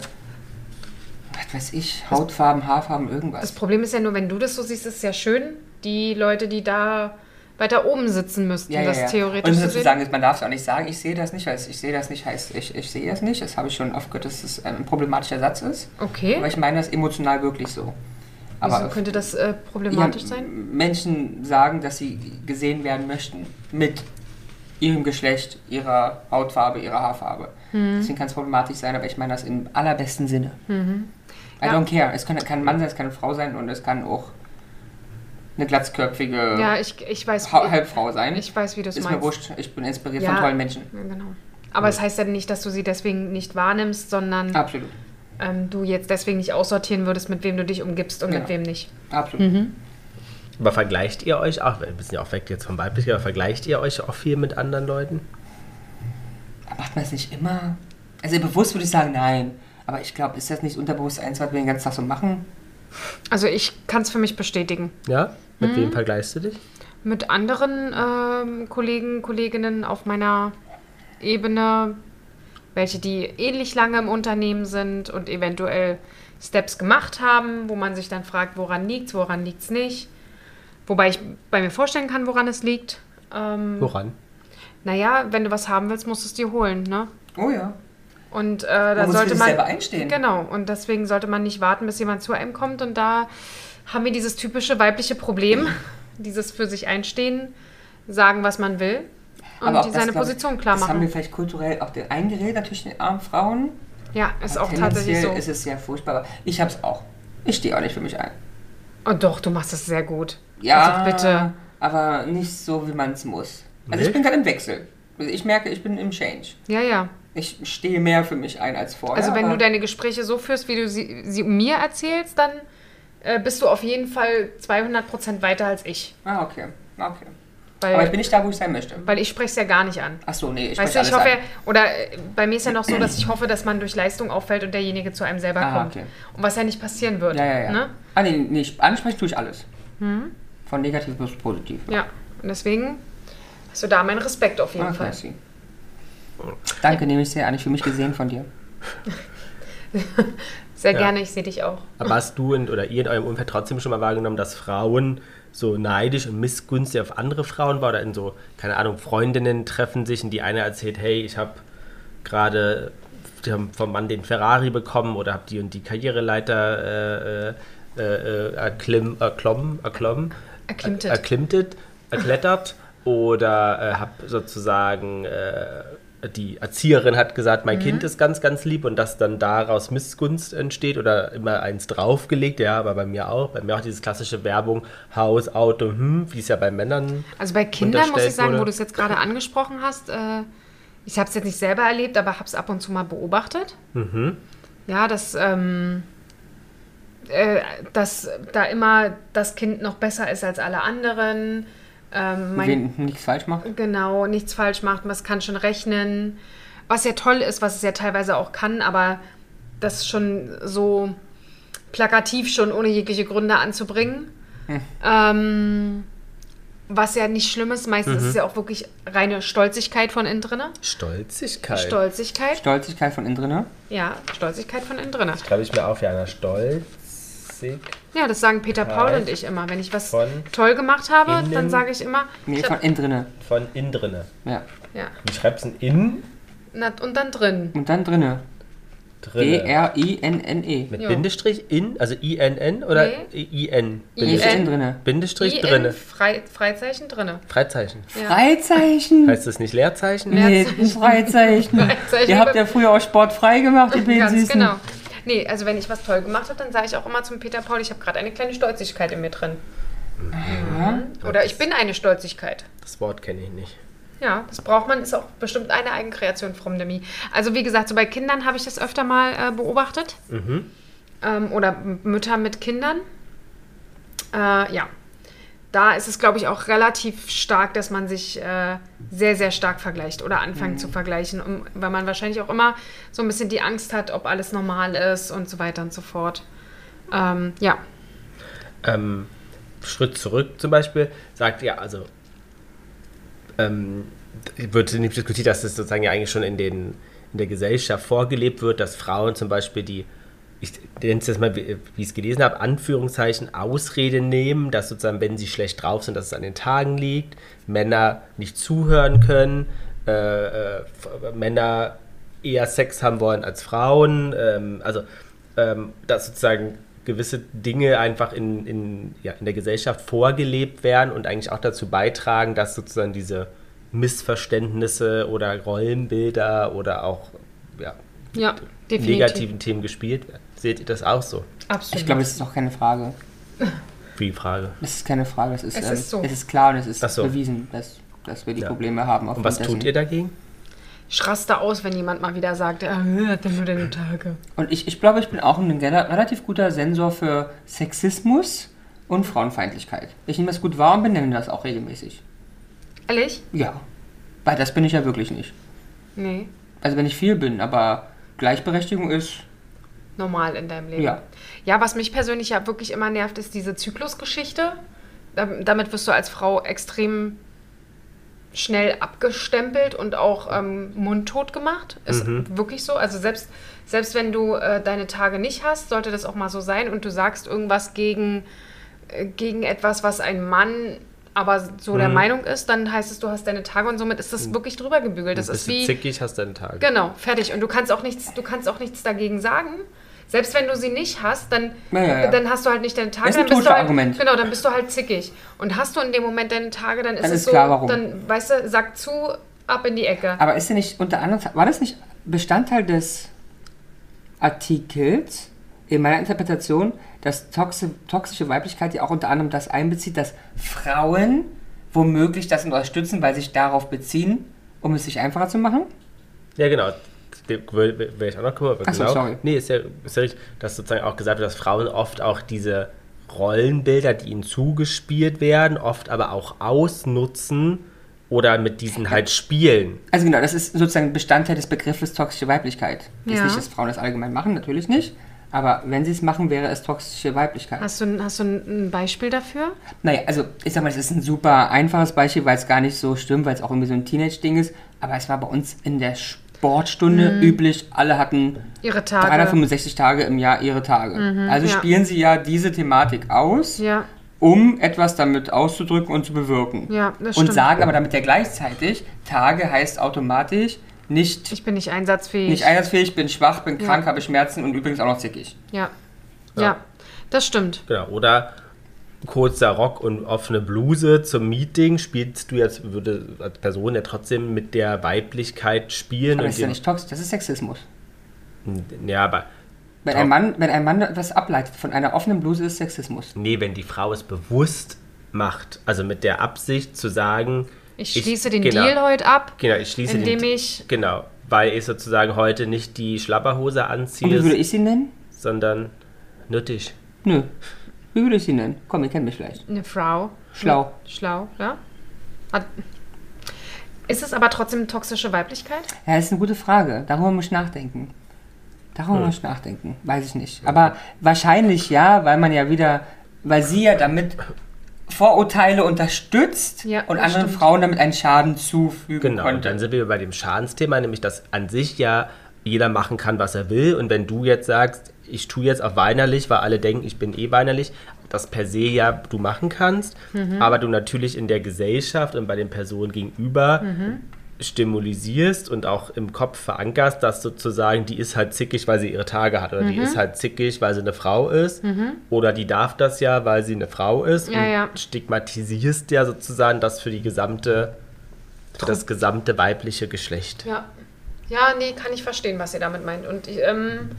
was weiß ich, Hautfarben, Haarfarben,
Das
irgendwas.
Problem ist ja nur, wenn du das so siehst, ist es ja schön. Die Leute, die da weiter oben sitzen müssten,
Ja, ja,
das
ja.
theoretisch
Und
zu sehen.
sozusagen, man darf es auch nicht sagen, ich sehe das nicht, weil es, ich sehe das nicht heißt, ich, ich sehe das nicht. Das habe ich schon oft gehört, dass es ein problematischer Satz ist. Aber
Okay.
ich meine das emotional wirklich so.
Wieso könnte das äh, problematisch
ja,
sein?
Menschen sagen, dass sie gesehen werden möchten mit ihrem Geschlecht, ihrer Hautfarbe, ihrer Haarfarbe.
Hm.
Deswegen kann es problematisch sein, aber ich meine das im allerbesten Sinne. I
Mhm. Ja.
don't care. Es kann, kann ein Mann sein, es kann eine Frau sein und es kann auch eine glatzköpfige
Ja, ich, ich weiß,
äh, Ha- Halbfrau sein.
ich weiß, wie du es
ist mir
meinst.
wurscht. Ich bin inspiriert
Ja.
von tollen Menschen. Also
Ja, genau. Aber es heißt ja nicht, dass du sie deswegen nicht wahrnimmst, sondern
Absolut.
ähm, du jetzt deswegen nicht aussortieren würdest, mit wem du dich umgibst und mit
Ja.
wem nicht.
Absolut.
Aber vergleicht ihr euch auch, wir sind ja auch weg jetzt vom Weiblichen, aber vergleicht ihr euch auch viel mit anderen Leuten?
Aber Macht man es nicht immer? Also bewusst würde ich sagen, nein. Aber ich glaube, ist das nicht unterbewusst eins, was wir den ganzen Tag so machen?
Also ich kann es für mich bestätigen.
Ja?
Mhm.
Mit wem vergleichst du dich?
Mit anderen ähm, Kollegen, Kolleginnen auf meiner Ebene, welche die ähnlich lange im Unternehmen sind und eventuell Steps gemacht haben, wo man sich dann fragt, woran liegt's, woran liegt's nicht. Wobei ich bei mir vorstellen kann, woran es liegt. Ähm,
Woran?
naja, wenn du was haben willst, musst du es dir holen, ne?
Oh ja.
Und äh, da
muss für
sollte
sich
man
selber einstehen.
Genau. Und deswegen sollte man nicht warten, bis jemand zu einem kommt. Und da haben wir dieses typische weibliche
*laughs*
Problem, dieses für sich einstehen, sagen, was man will und
Aber auch
die
das,
seine
glaub ich,
Position klar
Das haben wir
machen.
vielleicht kulturell auch den eingeredet, natürlich den armen Frauen.
Ja, ist
Aber
auch tatsächlich so.
tendenziell ist es sehr furchtbar. Aber ich hab's auch. Ich stehe auch nicht für mich ein.
und Oh doch, du machst das sehr gut.
Ja,
Also bitte.
aber nicht so, wie man es muss. Also
Nicht?
ich bin gerade im Wechsel. Also ich merke, ich bin im Change.
Ja, ja.
Ich stehe mehr für mich ein als vorher.
Also wenn
aber
du deine Gespräche so führst, wie du sie, sie mir erzählst, dann äh, bist du auf jeden Fall 200% weiter als ich.
Ah, okay. okay.
Weil,
Aber ich bin nicht da, wo ich sein möchte.
weil ich spreche es ja gar nicht an.
Ach so, nee, ich
Äh, Weißt du,
spreche
ich
alles
hoffe,
an.
oder äh, bei mir ist ja noch so, dass ich hoffe, dass man durch Leistung auffällt und derjenige zu einem selber
Ah,
kommt.
okay.
Und was ja nicht passieren wird.
Ja, ja, ja.
Ne? Hm?
Ah, nee, nee, ich- ansprechen tue ich alles. Von negativ bis positiv.
ja. Und deswegen hast du da meinen Respekt auf jeden
Ah,
Fall.
classy. Danke, nehme ich sehr an. Ich fühle mich gesehen von dir.
Sehr
Ja.
gerne, ich sehe dich auch.
Aber hast du in, oder ihr in eurem Umfeld trotzdem schon mal wahrgenommen, dass Frauen so neidisch und missgünstig auf andere Frauen waren oder in so, keine Ahnung, Freundinnen treffen sich und die eine erzählt, hey, ich habe gerade die haben vom Mann den Ferrari bekommen oder habe die und die Karriereleiter äh, äh, äh, erklimm, erklommen, erklommen,
Erklimmtet.
er- erklimmtet, erklettert oder äh, habe sozusagen äh, die Erzieherin hat gesagt, mein Kind ist ganz, ganz lieb und dass dann daraus Missgunst entsteht oder immer eins draufgelegt, ja, aber bei mir auch, bei mir auch dieses klassische Werbung, Haus, Auto, hm, wie es ja bei Männern
Also bei Kindern muss ich
Unterstellt
sagen, wo
wurde.
du es jetzt gerade angesprochen hast, äh, ich habe es jetzt nicht selber erlebt, aber habe es ab und zu mal beobachtet.
Mhm.
Ja, dass, ähm, äh, dass da immer das Kind noch besser ist als alle anderen. Ähm, mein
Wen nichts falsch macht.
Genau, nichts falsch macht, man kann schon rechnen. Was ja toll ist, was es ja teilweise auch kann, aber das schon so plakativ schon ohne jegliche Gründe anzubringen. Ähm, was ja nicht schlimm ist, meistens ist es ja auch wirklich reine Stolzigkeit von innen drinne.
Stolzigkeit.
Stolzigkeit,
Stolzigkeit von innen drin.
ja, Stolzigkeit von innen drinne.
Schreibe ich mir auf, Jana, stolzig.
Ja, das sagen Peter Paul
Stolz
und ich immer. Wenn ich was
von
toll gemacht habe, dann
innen-
sage ich immer,
Nee,
ich
von
hab,
innen drinne.
Von innen drinne.
Ja.
ja,
Wie schreibst du denn in?
na, und dann drin.
Und dann drinne. E
Drinne.
D-R-I-N-N-E.
Mit
Ja.
Bindestrich in, also I-N-N oder
Nee.
I-N?
Hier ist
IN.
innen drinne.
Bindestrich
IN,
drinne.
Frei, Freizeichen drinne.
Freizeichen.
Freizeichen.
Heißt das nicht Leerzeichen?
Nee,
Freizeichen. *laughs*
Freizeichen.
Freizeichen.
Ihr habt ja früher auch Sport frei gemacht, ihr
*laughs*
beiden
Ganz
Süßen.
genau. Nee, also wenn ich was toll gemacht habe, dann sage ich auch immer zum Peter Paul, ich habe gerade eine kleine Stolzigkeit in mir drin. Mhm. Oder ich bin eine Stolzigkeit.
Das Wort kenne ich nicht.
Ja, das braucht man, ist auch bestimmt eine Eigenkreation from Demi. Also wie gesagt, so bei Kindern habe ich das öfter mal äh, beobachtet. Ähm, oder M- Mütter mit Kindern. Äh, ja. Da ist es, glaube ich, auch relativ stark, dass man sich äh, sehr, sehr stark vergleicht oder anfängt zu vergleichen, um, weil man wahrscheinlich auch immer so ein bisschen die Angst hat, ob alles normal ist und so weiter und so fort. Ähm, ja.
ähm, Schritt zurück zum Beispiel, sagt ja, also ähm, wird nicht diskutiert, dass das sozusagen ja eigentlich schon in, den, in der Gesellschaft vorgelebt wird, dass Frauen zum Beispiel die ich nenne es jetzt mal, wie wie ich es gelesen habe, Anführungszeichen Ausrede nehmen, dass sozusagen, wenn sie schlecht drauf sind, dass es an den Tagen liegt, Männer nicht zuhören können, äh, äh, F- Männer eher Sex haben wollen als Frauen, ähm, also ähm, dass sozusagen gewisse Dinge einfach in, in, ja, in der Gesellschaft vorgelebt werden und eigentlich auch dazu beitragen, dass sozusagen diese Missverständnisse oder Rollenbilder oder auch ja,
Ja, definitiv.
negativen Themen gespielt werden. Seht ihr das auch so?
Absolut.
Ich glaube, das ist auch keine Frage.
Wie Frage.
Das ist keine Frage. Das ist,
Es
ähm,
ist so.
es ist klar und es ist
Ach so.
bewiesen, dass, dass wir die
Ja.
Probleme haben.
Und was tut ihr dagegen?
ich raste aus, wenn jemand mal wieder *laughs* sagt, er hat ja nur deine Tage.
Und ich, ich glaube, ich bin auch ein rela- relativ guter Sensor für Sexismus und Frauenfeindlichkeit. Ich nehme das gut wahr und benenne das auch regelmäßig.
Ehrlich?
Ja. Weil das bin ich ja wirklich nicht.
Nee.
Also wenn ich viel bin, aber Gleichberechtigung ist,
normal in deinem Leben.
Ja.
Ja, was mich persönlich ja wirklich immer nervt, ist diese Zyklusgeschichte. Dam- Damit wirst du als Frau extrem schnell abgestempelt und auch ähm, mundtot gemacht. Ist wirklich so. Also selbst, selbst wenn du äh, deine Tage nicht hast, sollte das auch mal so sein und du sagst irgendwas gegen, äh, gegen etwas, was ein Mann aber so der Meinung ist, dann heißt es, du hast deine Tage und somit ist das wirklich drüber gebügelt. Das
Bist
ist
du
wie...
zickig, hast deinen Tag.
Genau, fertig. Und du kannst auch nichts, du kannst auch nichts dagegen sagen. Selbst wenn du sie nicht hast, dann,
Ja, ja, ja.
dann hast du halt nicht deine Tage.
Ist ein
dann bist du halt,
Totschlagargument.
Genau, dann bist du halt zickig. Und hast du in dem Moment deine Tage, dann ist
Dann
es
ist
so,
klar, warum.
dann weißt du, sag zu, ab in die Ecke.
aber ist ja nicht unter anderem, war das nicht Bestandteil des Artikels in meiner Interpretation, dass toxi toxische Weiblichkeit ja auch unter anderem das einbezieht, dass Frauen womöglich das unterstützen, weil sie sich darauf beziehen, um es sich einfacher zu machen?
Ja, genau. Wäre ich auch noch kommen, aber
Ach so,
genau.
sorry.
Nee, ist ja, ist ja richtig, dass sozusagen auch gesagt wird, dass Frauen oft auch diese Rollenbilder, die ihnen zugespielt werden, oft aber auch ausnutzen oder mit diesen halt spielen.
Also genau, das ist sozusagen Bestandteil des Begriffes toxische Weiblichkeit. Ist
Ja.
nicht, dass Frauen das allgemein machen, natürlich nicht. Aber wenn sie es machen, wäre es toxische Weiblichkeit.
Hast du, hast du ein ein Beispiel dafür?
Naja, also ich sag mal, es ist ein super einfaches Beispiel, weil es gar nicht so stimmt, weil es auch irgendwie so ein Teenage-Ding ist. Aber es war bei uns in der Sportstunde üblich, alle hatten
Mhm. Ihre Tage. Mhm,
365 Tage im Jahr ihre Tage. also
ja.
spielen sie ja diese Thematik aus,
Ja,
um etwas damit auszudrücken und zu bewirken.
ja, das
und
stimmt.
sagen aber damit ja gleichzeitig, Tage heißt automatisch nicht,
ich bin nicht einsatzfähig.
nicht einsatzfähig, bin schwach, bin
Ja.
krank, habe Schmerzen und übrigens auch noch zickig.
ja. ja.
Ja.
das stimmt.
Genau. Oder kurzer Rock und offene Bluse zum Meeting spielst du jetzt, würde als Person ja trotzdem mit der Weiblichkeit spielen.
Aber
und
das ist ja
genau.
dir-
nicht toxisch, das ist Sexismus.
ja, aber
Wenn
Doch.
ein, Mann, wenn ein Mann etwas ableitet von einer offenen Bluse, ist Sexismus.
Nee, wenn die Frau es bewusst macht, also mit der Absicht zu sagen,
Ich schließe den
genau,
Deal heute ab,
Genau, ich schließe
indem
den
ich
Genau, weil ich sozusagen heute nicht die Schlapperhose
Und wie würde
anziehe,
ich sie nennen?
sondern nötig.
Nö. Wie würde ich sie nennen? Komm, ihr kennt mich vielleicht.
eine Frau
Schlau.
Schlau, ja. Hat- Ist es aber trotzdem toxische Weiblichkeit?
Ja, das ist eine gute Frage. Darüber muss ich nachdenken. Darüber muss ich nachdenken. Weiß ich nicht. Aber wahrscheinlich ja, weil man ja wieder, weil sie ja damit Vorurteile unterstützt
Ja,
und
das
anderen
stimmt.
Frauen damit einen Schaden zufügen
Genau, und
konnte.
dann sind wir bei dem Schadensthema, nämlich dass an sich ja jeder machen kann, was er will. Und wenn du jetzt sagst, ich tue jetzt auch weinerlich, weil alle denken, ich bin eh weinerlich, das per se ja du machen kannst,
Mhm.
aber du natürlich in der Gesellschaft und bei den Personen gegenüber
Mhm.
stimulisierst und auch im Kopf verankerst, dass sozusagen die ist halt zickig, weil sie ihre Tage hat oder
Mhm.
die ist halt zickig, weil sie eine Frau ist oder die darf das ja, weil sie eine Frau ist
Ja,
und
ja.
stigmatisierst ja sozusagen das für die gesamte für das gesamte weibliche Geschlecht.
Ja. Ja, nee, kann ich verstehen, was ihr damit meint. Und ähm,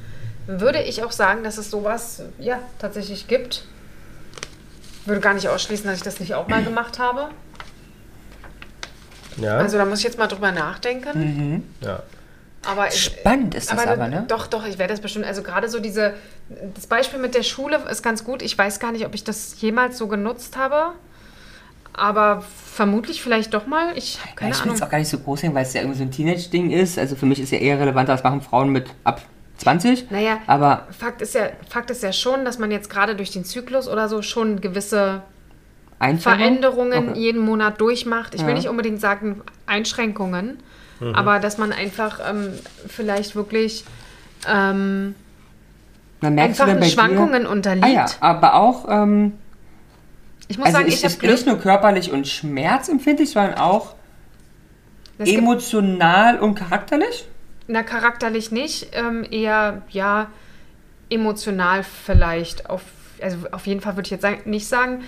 würde ich auch sagen, dass es sowas ja tatsächlich gibt. Würde gar nicht ausschließen, dass ich das nicht auch mal gemacht habe.
Ja,
Also da muss ich jetzt mal drüber nachdenken.
ja.
Aber ich,
Spannend ist das aber,
du-
ne?
Doch, doch, ich werde das bestimmt. Also gerade so diese, das Beispiel mit der Schule ist ganz gut. Ich weiß gar nicht, ob ich das jemals so genutzt habe. Aber vermutlich vielleicht doch mal. Ich habe
Ja,
keine
ich will
Ahnung.
es auch gar nicht so groß sehen, weil es ja irgendwie so ein Teenage-Ding ist. Also für mich ist ja eher relevanter, was machen Frauen mit ab 20.
Naja,
Aber
Fakt ist ja, Fakt ist ja schon, dass man jetzt gerade durch den Zyklus oder so schon gewisse Veränderungen
Mhm. Okay.
jeden Monat durchmacht. Ich will
Ja. Mhm.
nicht unbedingt sagen Einschränkungen, aber dass man einfach ähm, vielleicht wirklich ähm,
Dann merkst du
Einfach
dann bei
Schwankungen
dir,
unterliegt.
ah, ja, aber auch, ähm,
Ich muss
also
sagen,
ich,
ich habe
ist nicht
Glück.
nur körperlich und schmerzempfindlich, sondern auch
Es gibt-
emotional und charakterlich.
Na, charakterlich nicht. Ähm, eher, ja, emotional vielleicht. Auf, also auf jeden Fall würde ich jetzt sagen, nicht sagen,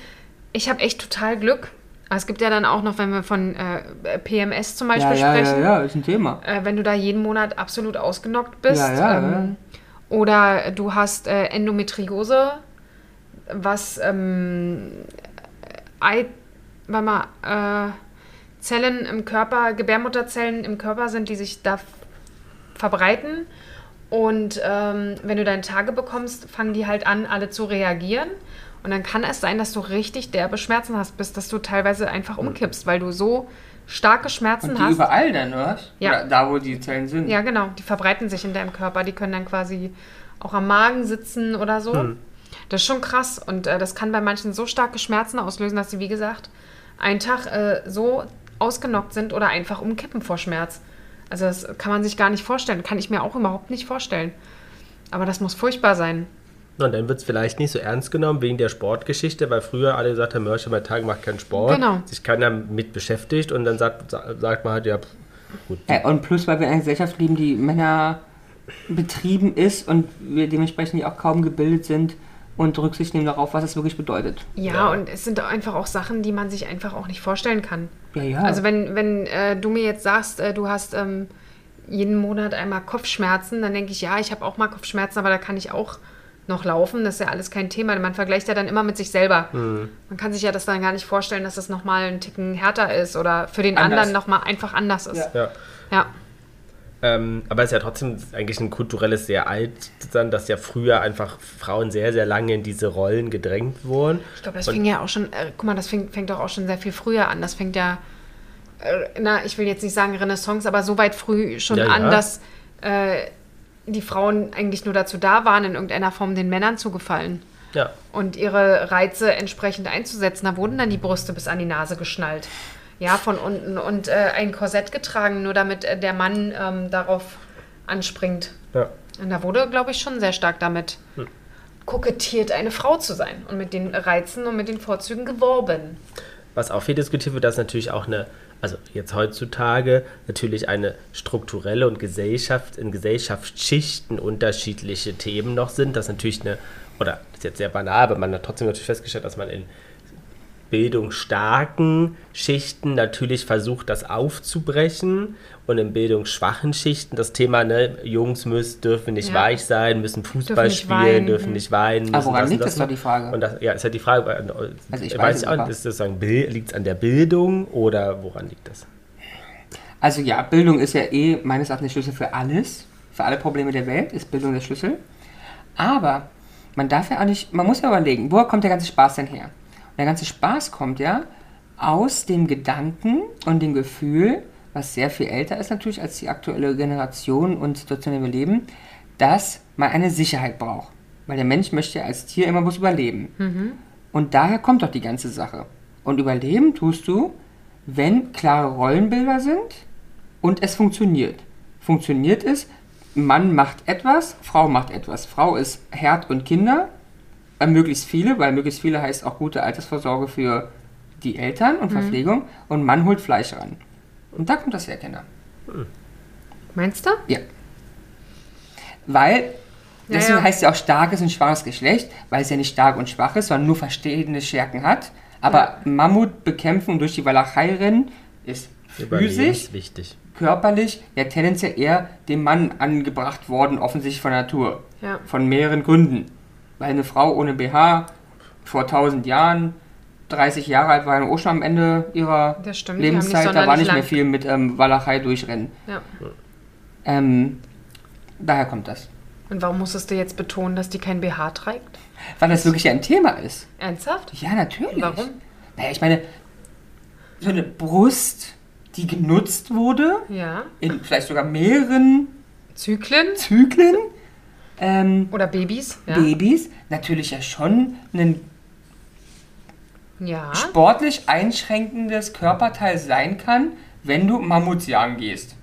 ich habe echt total Glück. Aber es gibt ja dann auch noch, wenn wir von äh, PMS zum Beispiel sprechen,
ja, ist ein Thema.
Äh, wenn du da jeden Monat absolut ausgenockt bist.
Ja, ja,
ähm, Oder du hast äh, Endometriose, was ähm, Ei, warte mal, äh, Zellen im Körper, Gebärmutterzellen im Körper sind, die sich da f- verbreiten. Und ähm, wenn du deine Tage bekommst, fangen die halt an, alle zu reagieren. Und dann kann es sein, dass du richtig derbe Schmerzen hast, bis dass du teilweise einfach umkippst, weil du so starke Schmerzen
Und die
hast.
überall dann, oder? was?
Ja.
Oder da, wo die Zellen sind.
Ja, genau. Die verbreiten sich in deinem Körper. Die können dann quasi auch am Magen sitzen oder so. Das ist schon krass. Und äh, das kann bei manchen so starke Schmerzen auslösen, dass sie, wie gesagt, einen Tag äh, so ausgenockt sind oder einfach umkippen vor Schmerz. Also das kann man sich gar nicht vorstellen. Kann ich mir auch überhaupt nicht vorstellen. Aber das muss furchtbar sein.
Und dann wird es vielleicht nicht so ernst genommen wegen der Sportgeschichte, weil früher alle gesagt haben, Mörche mein Tag macht keinen Sport.
Genau.
Sich keiner mit beschäftigt und dann sagt, sa- sagt man halt, ja, pff, gut.
Ja, Äh, und plus, weil wir in einer Gesellschaft leben, die Männer betrieben ist und wir dementsprechend ja auch kaum gebildet sind und Rücksicht nehmen darauf, was es wirklich bedeutet.
Ja,
Ja.
und es sind einfach auch Sachen, die man sich einfach auch nicht vorstellen kann.
Ja, ja.
Also wenn, wenn äh, du mir jetzt sagst, äh, du hast ähm, jeden Monat einmal Kopfschmerzen, dann denke ich, ja, ich habe auch mal Kopfschmerzen, aber da kann ich auch noch laufen. Das ist ja alles kein Thema. Man vergleicht ja dann immer mit sich selber.
Mhm.
Man kann sich ja das dann gar nicht vorstellen, dass das nochmal einen Ticken härter ist oder für den
Anders.
anderen nochmal einfach anders ist.
Ja.
Ja.
ja.
Ähm, aber es ist ja trotzdem eigentlich ein kulturelles sehr alt, dann, dass ja früher einfach Frauen sehr, sehr lange in diese Rollen gedrängt wurden.
Ich glaube, das
Und-
fing ja auch schon, äh, guck mal, das fing, fängt doch auch schon sehr viel früher an. Das fängt ja, äh, na, ich will jetzt nicht sagen Renaissance, aber so weit früh schon
Ja,
an,
ja.
dass äh, die Frauen eigentlich nur dazu da waren, in irgendeiner Form den Männern zu gefallen
Ja.
und ihre Reize entsprechend einzusetzen. Da wurden dann die Brüste bis an die Nase geschnallt. Ja, von unten und äh, ein Korsett getragen, nur damit äh, der Mann ähm, darauf anspringt.
ja.
Und da wurde, glaube ich, schon sehr stark damit
Hm.
kokettiert, eine Frau zu sein und mit den Reizen und mit den Vorzügen geworben.
was auch viel diskutiert wird, dass natürlich auch eine, also jetzt heutzutage natürlich eine strukturelle und Gesellschaft in Gesellschaftsschichten unterschiedliche Themen noch sind, dass natürlich eine, oder das ist jetzt sehr banal, aber man hat trotzdem natürlich festgestellt, dass man in bildungsstarken Schichten natürlich versucht, das aufzubrechen und in bildungsschwachen Schichten das Thema, ne, Jungs müssen, dürfen nicht
Ja.
weich sein, müssen Fußball
nicht
spielen,
weinen.
dürfen nicht weinen.
Aber
müssen
woran liegt,
und
das ist doch die Frage.
Und das, ja, ist halt die Frage, weil, äh,
Also ich
äh,
weiß es
ich auch,
aber.
nicht, ist das sozusagen, liegt es an der Bildung oder woran liegt das?
Also ja, Bildung ist ja eh meines Erachtens der Schlüssel für alles. Für alle Probleme der Welt ist Bildung der Schlüssel. Aber man darf ja auch nicht, man muss ja überlegen, woher kommt der ganze Spaß denn her? Und der ganze Spaß kommt ja aus dem Gedanken und dem Gefühl, was sehr viel älter ist natürlich als die aktuelle Generation und Situation, in der wir leben, dass man eine Sicherheit braucht. Weil der Mensch möchte ja als Tier immer bloß überleben. Und daher kommt doch die ganze Sache. Und überleben tust du, wenn klare Rollenbilder sind und es funktioniert. Funktioniert es, Mann macht etwas, Frau macht etwas. Frau ist Herd und Kinder, äh, möglichst viele, weil möglichst viele heißt auch gute Altersvorsorge für die Eltern und Verpflegung. Und Mann holt Fleisch ran. Und da kommt das her, Kinder.
Meinst du?
Ja. Weil, deswegen
ja.
heißt es ja auch starkes und schwaches Geschlecht, weil es ja nicht stark und schwach ist, sondern nur verstehende Stärken hat. Aber Mammut bekämpfen und durch die Walachei rennen ist physisch,
wichtig.
körperlich ja tendenziell eher dem Mann angebracht worden, offensichtlich von Natur.
Ja.
Von mehreren Gründen. Weil eine Frau ohne BH vor 1000 Jahren, 30 Jahre alt, war ja auch schon am Ende ihrer
Das stimmt, die haben nicht
Lebenszeit, da war
sonderlich
nicht mehr
lang.
viel mit ähm, Walachei durchrennen.
Ja.
Ähm, daher kommt das.
Und warum musstest du jetzt betonen, dass die kein BH trägt?
Weil das wirklich ja ein Thema ist.
Ernsthaft?
Ja, natürlich.
Warum?
Naja, ich meine, so eine Brust, die genutzt wurde,
Ja.
in vielleicht sogar mehreren
Zyklen
Zyklen, ähm,
oder Babys? Ja.
Babys natürlich ja schon ein
ja.
sportlich einschränkendes Körperteil sein kann, wenn du Mammuts jagen gehst.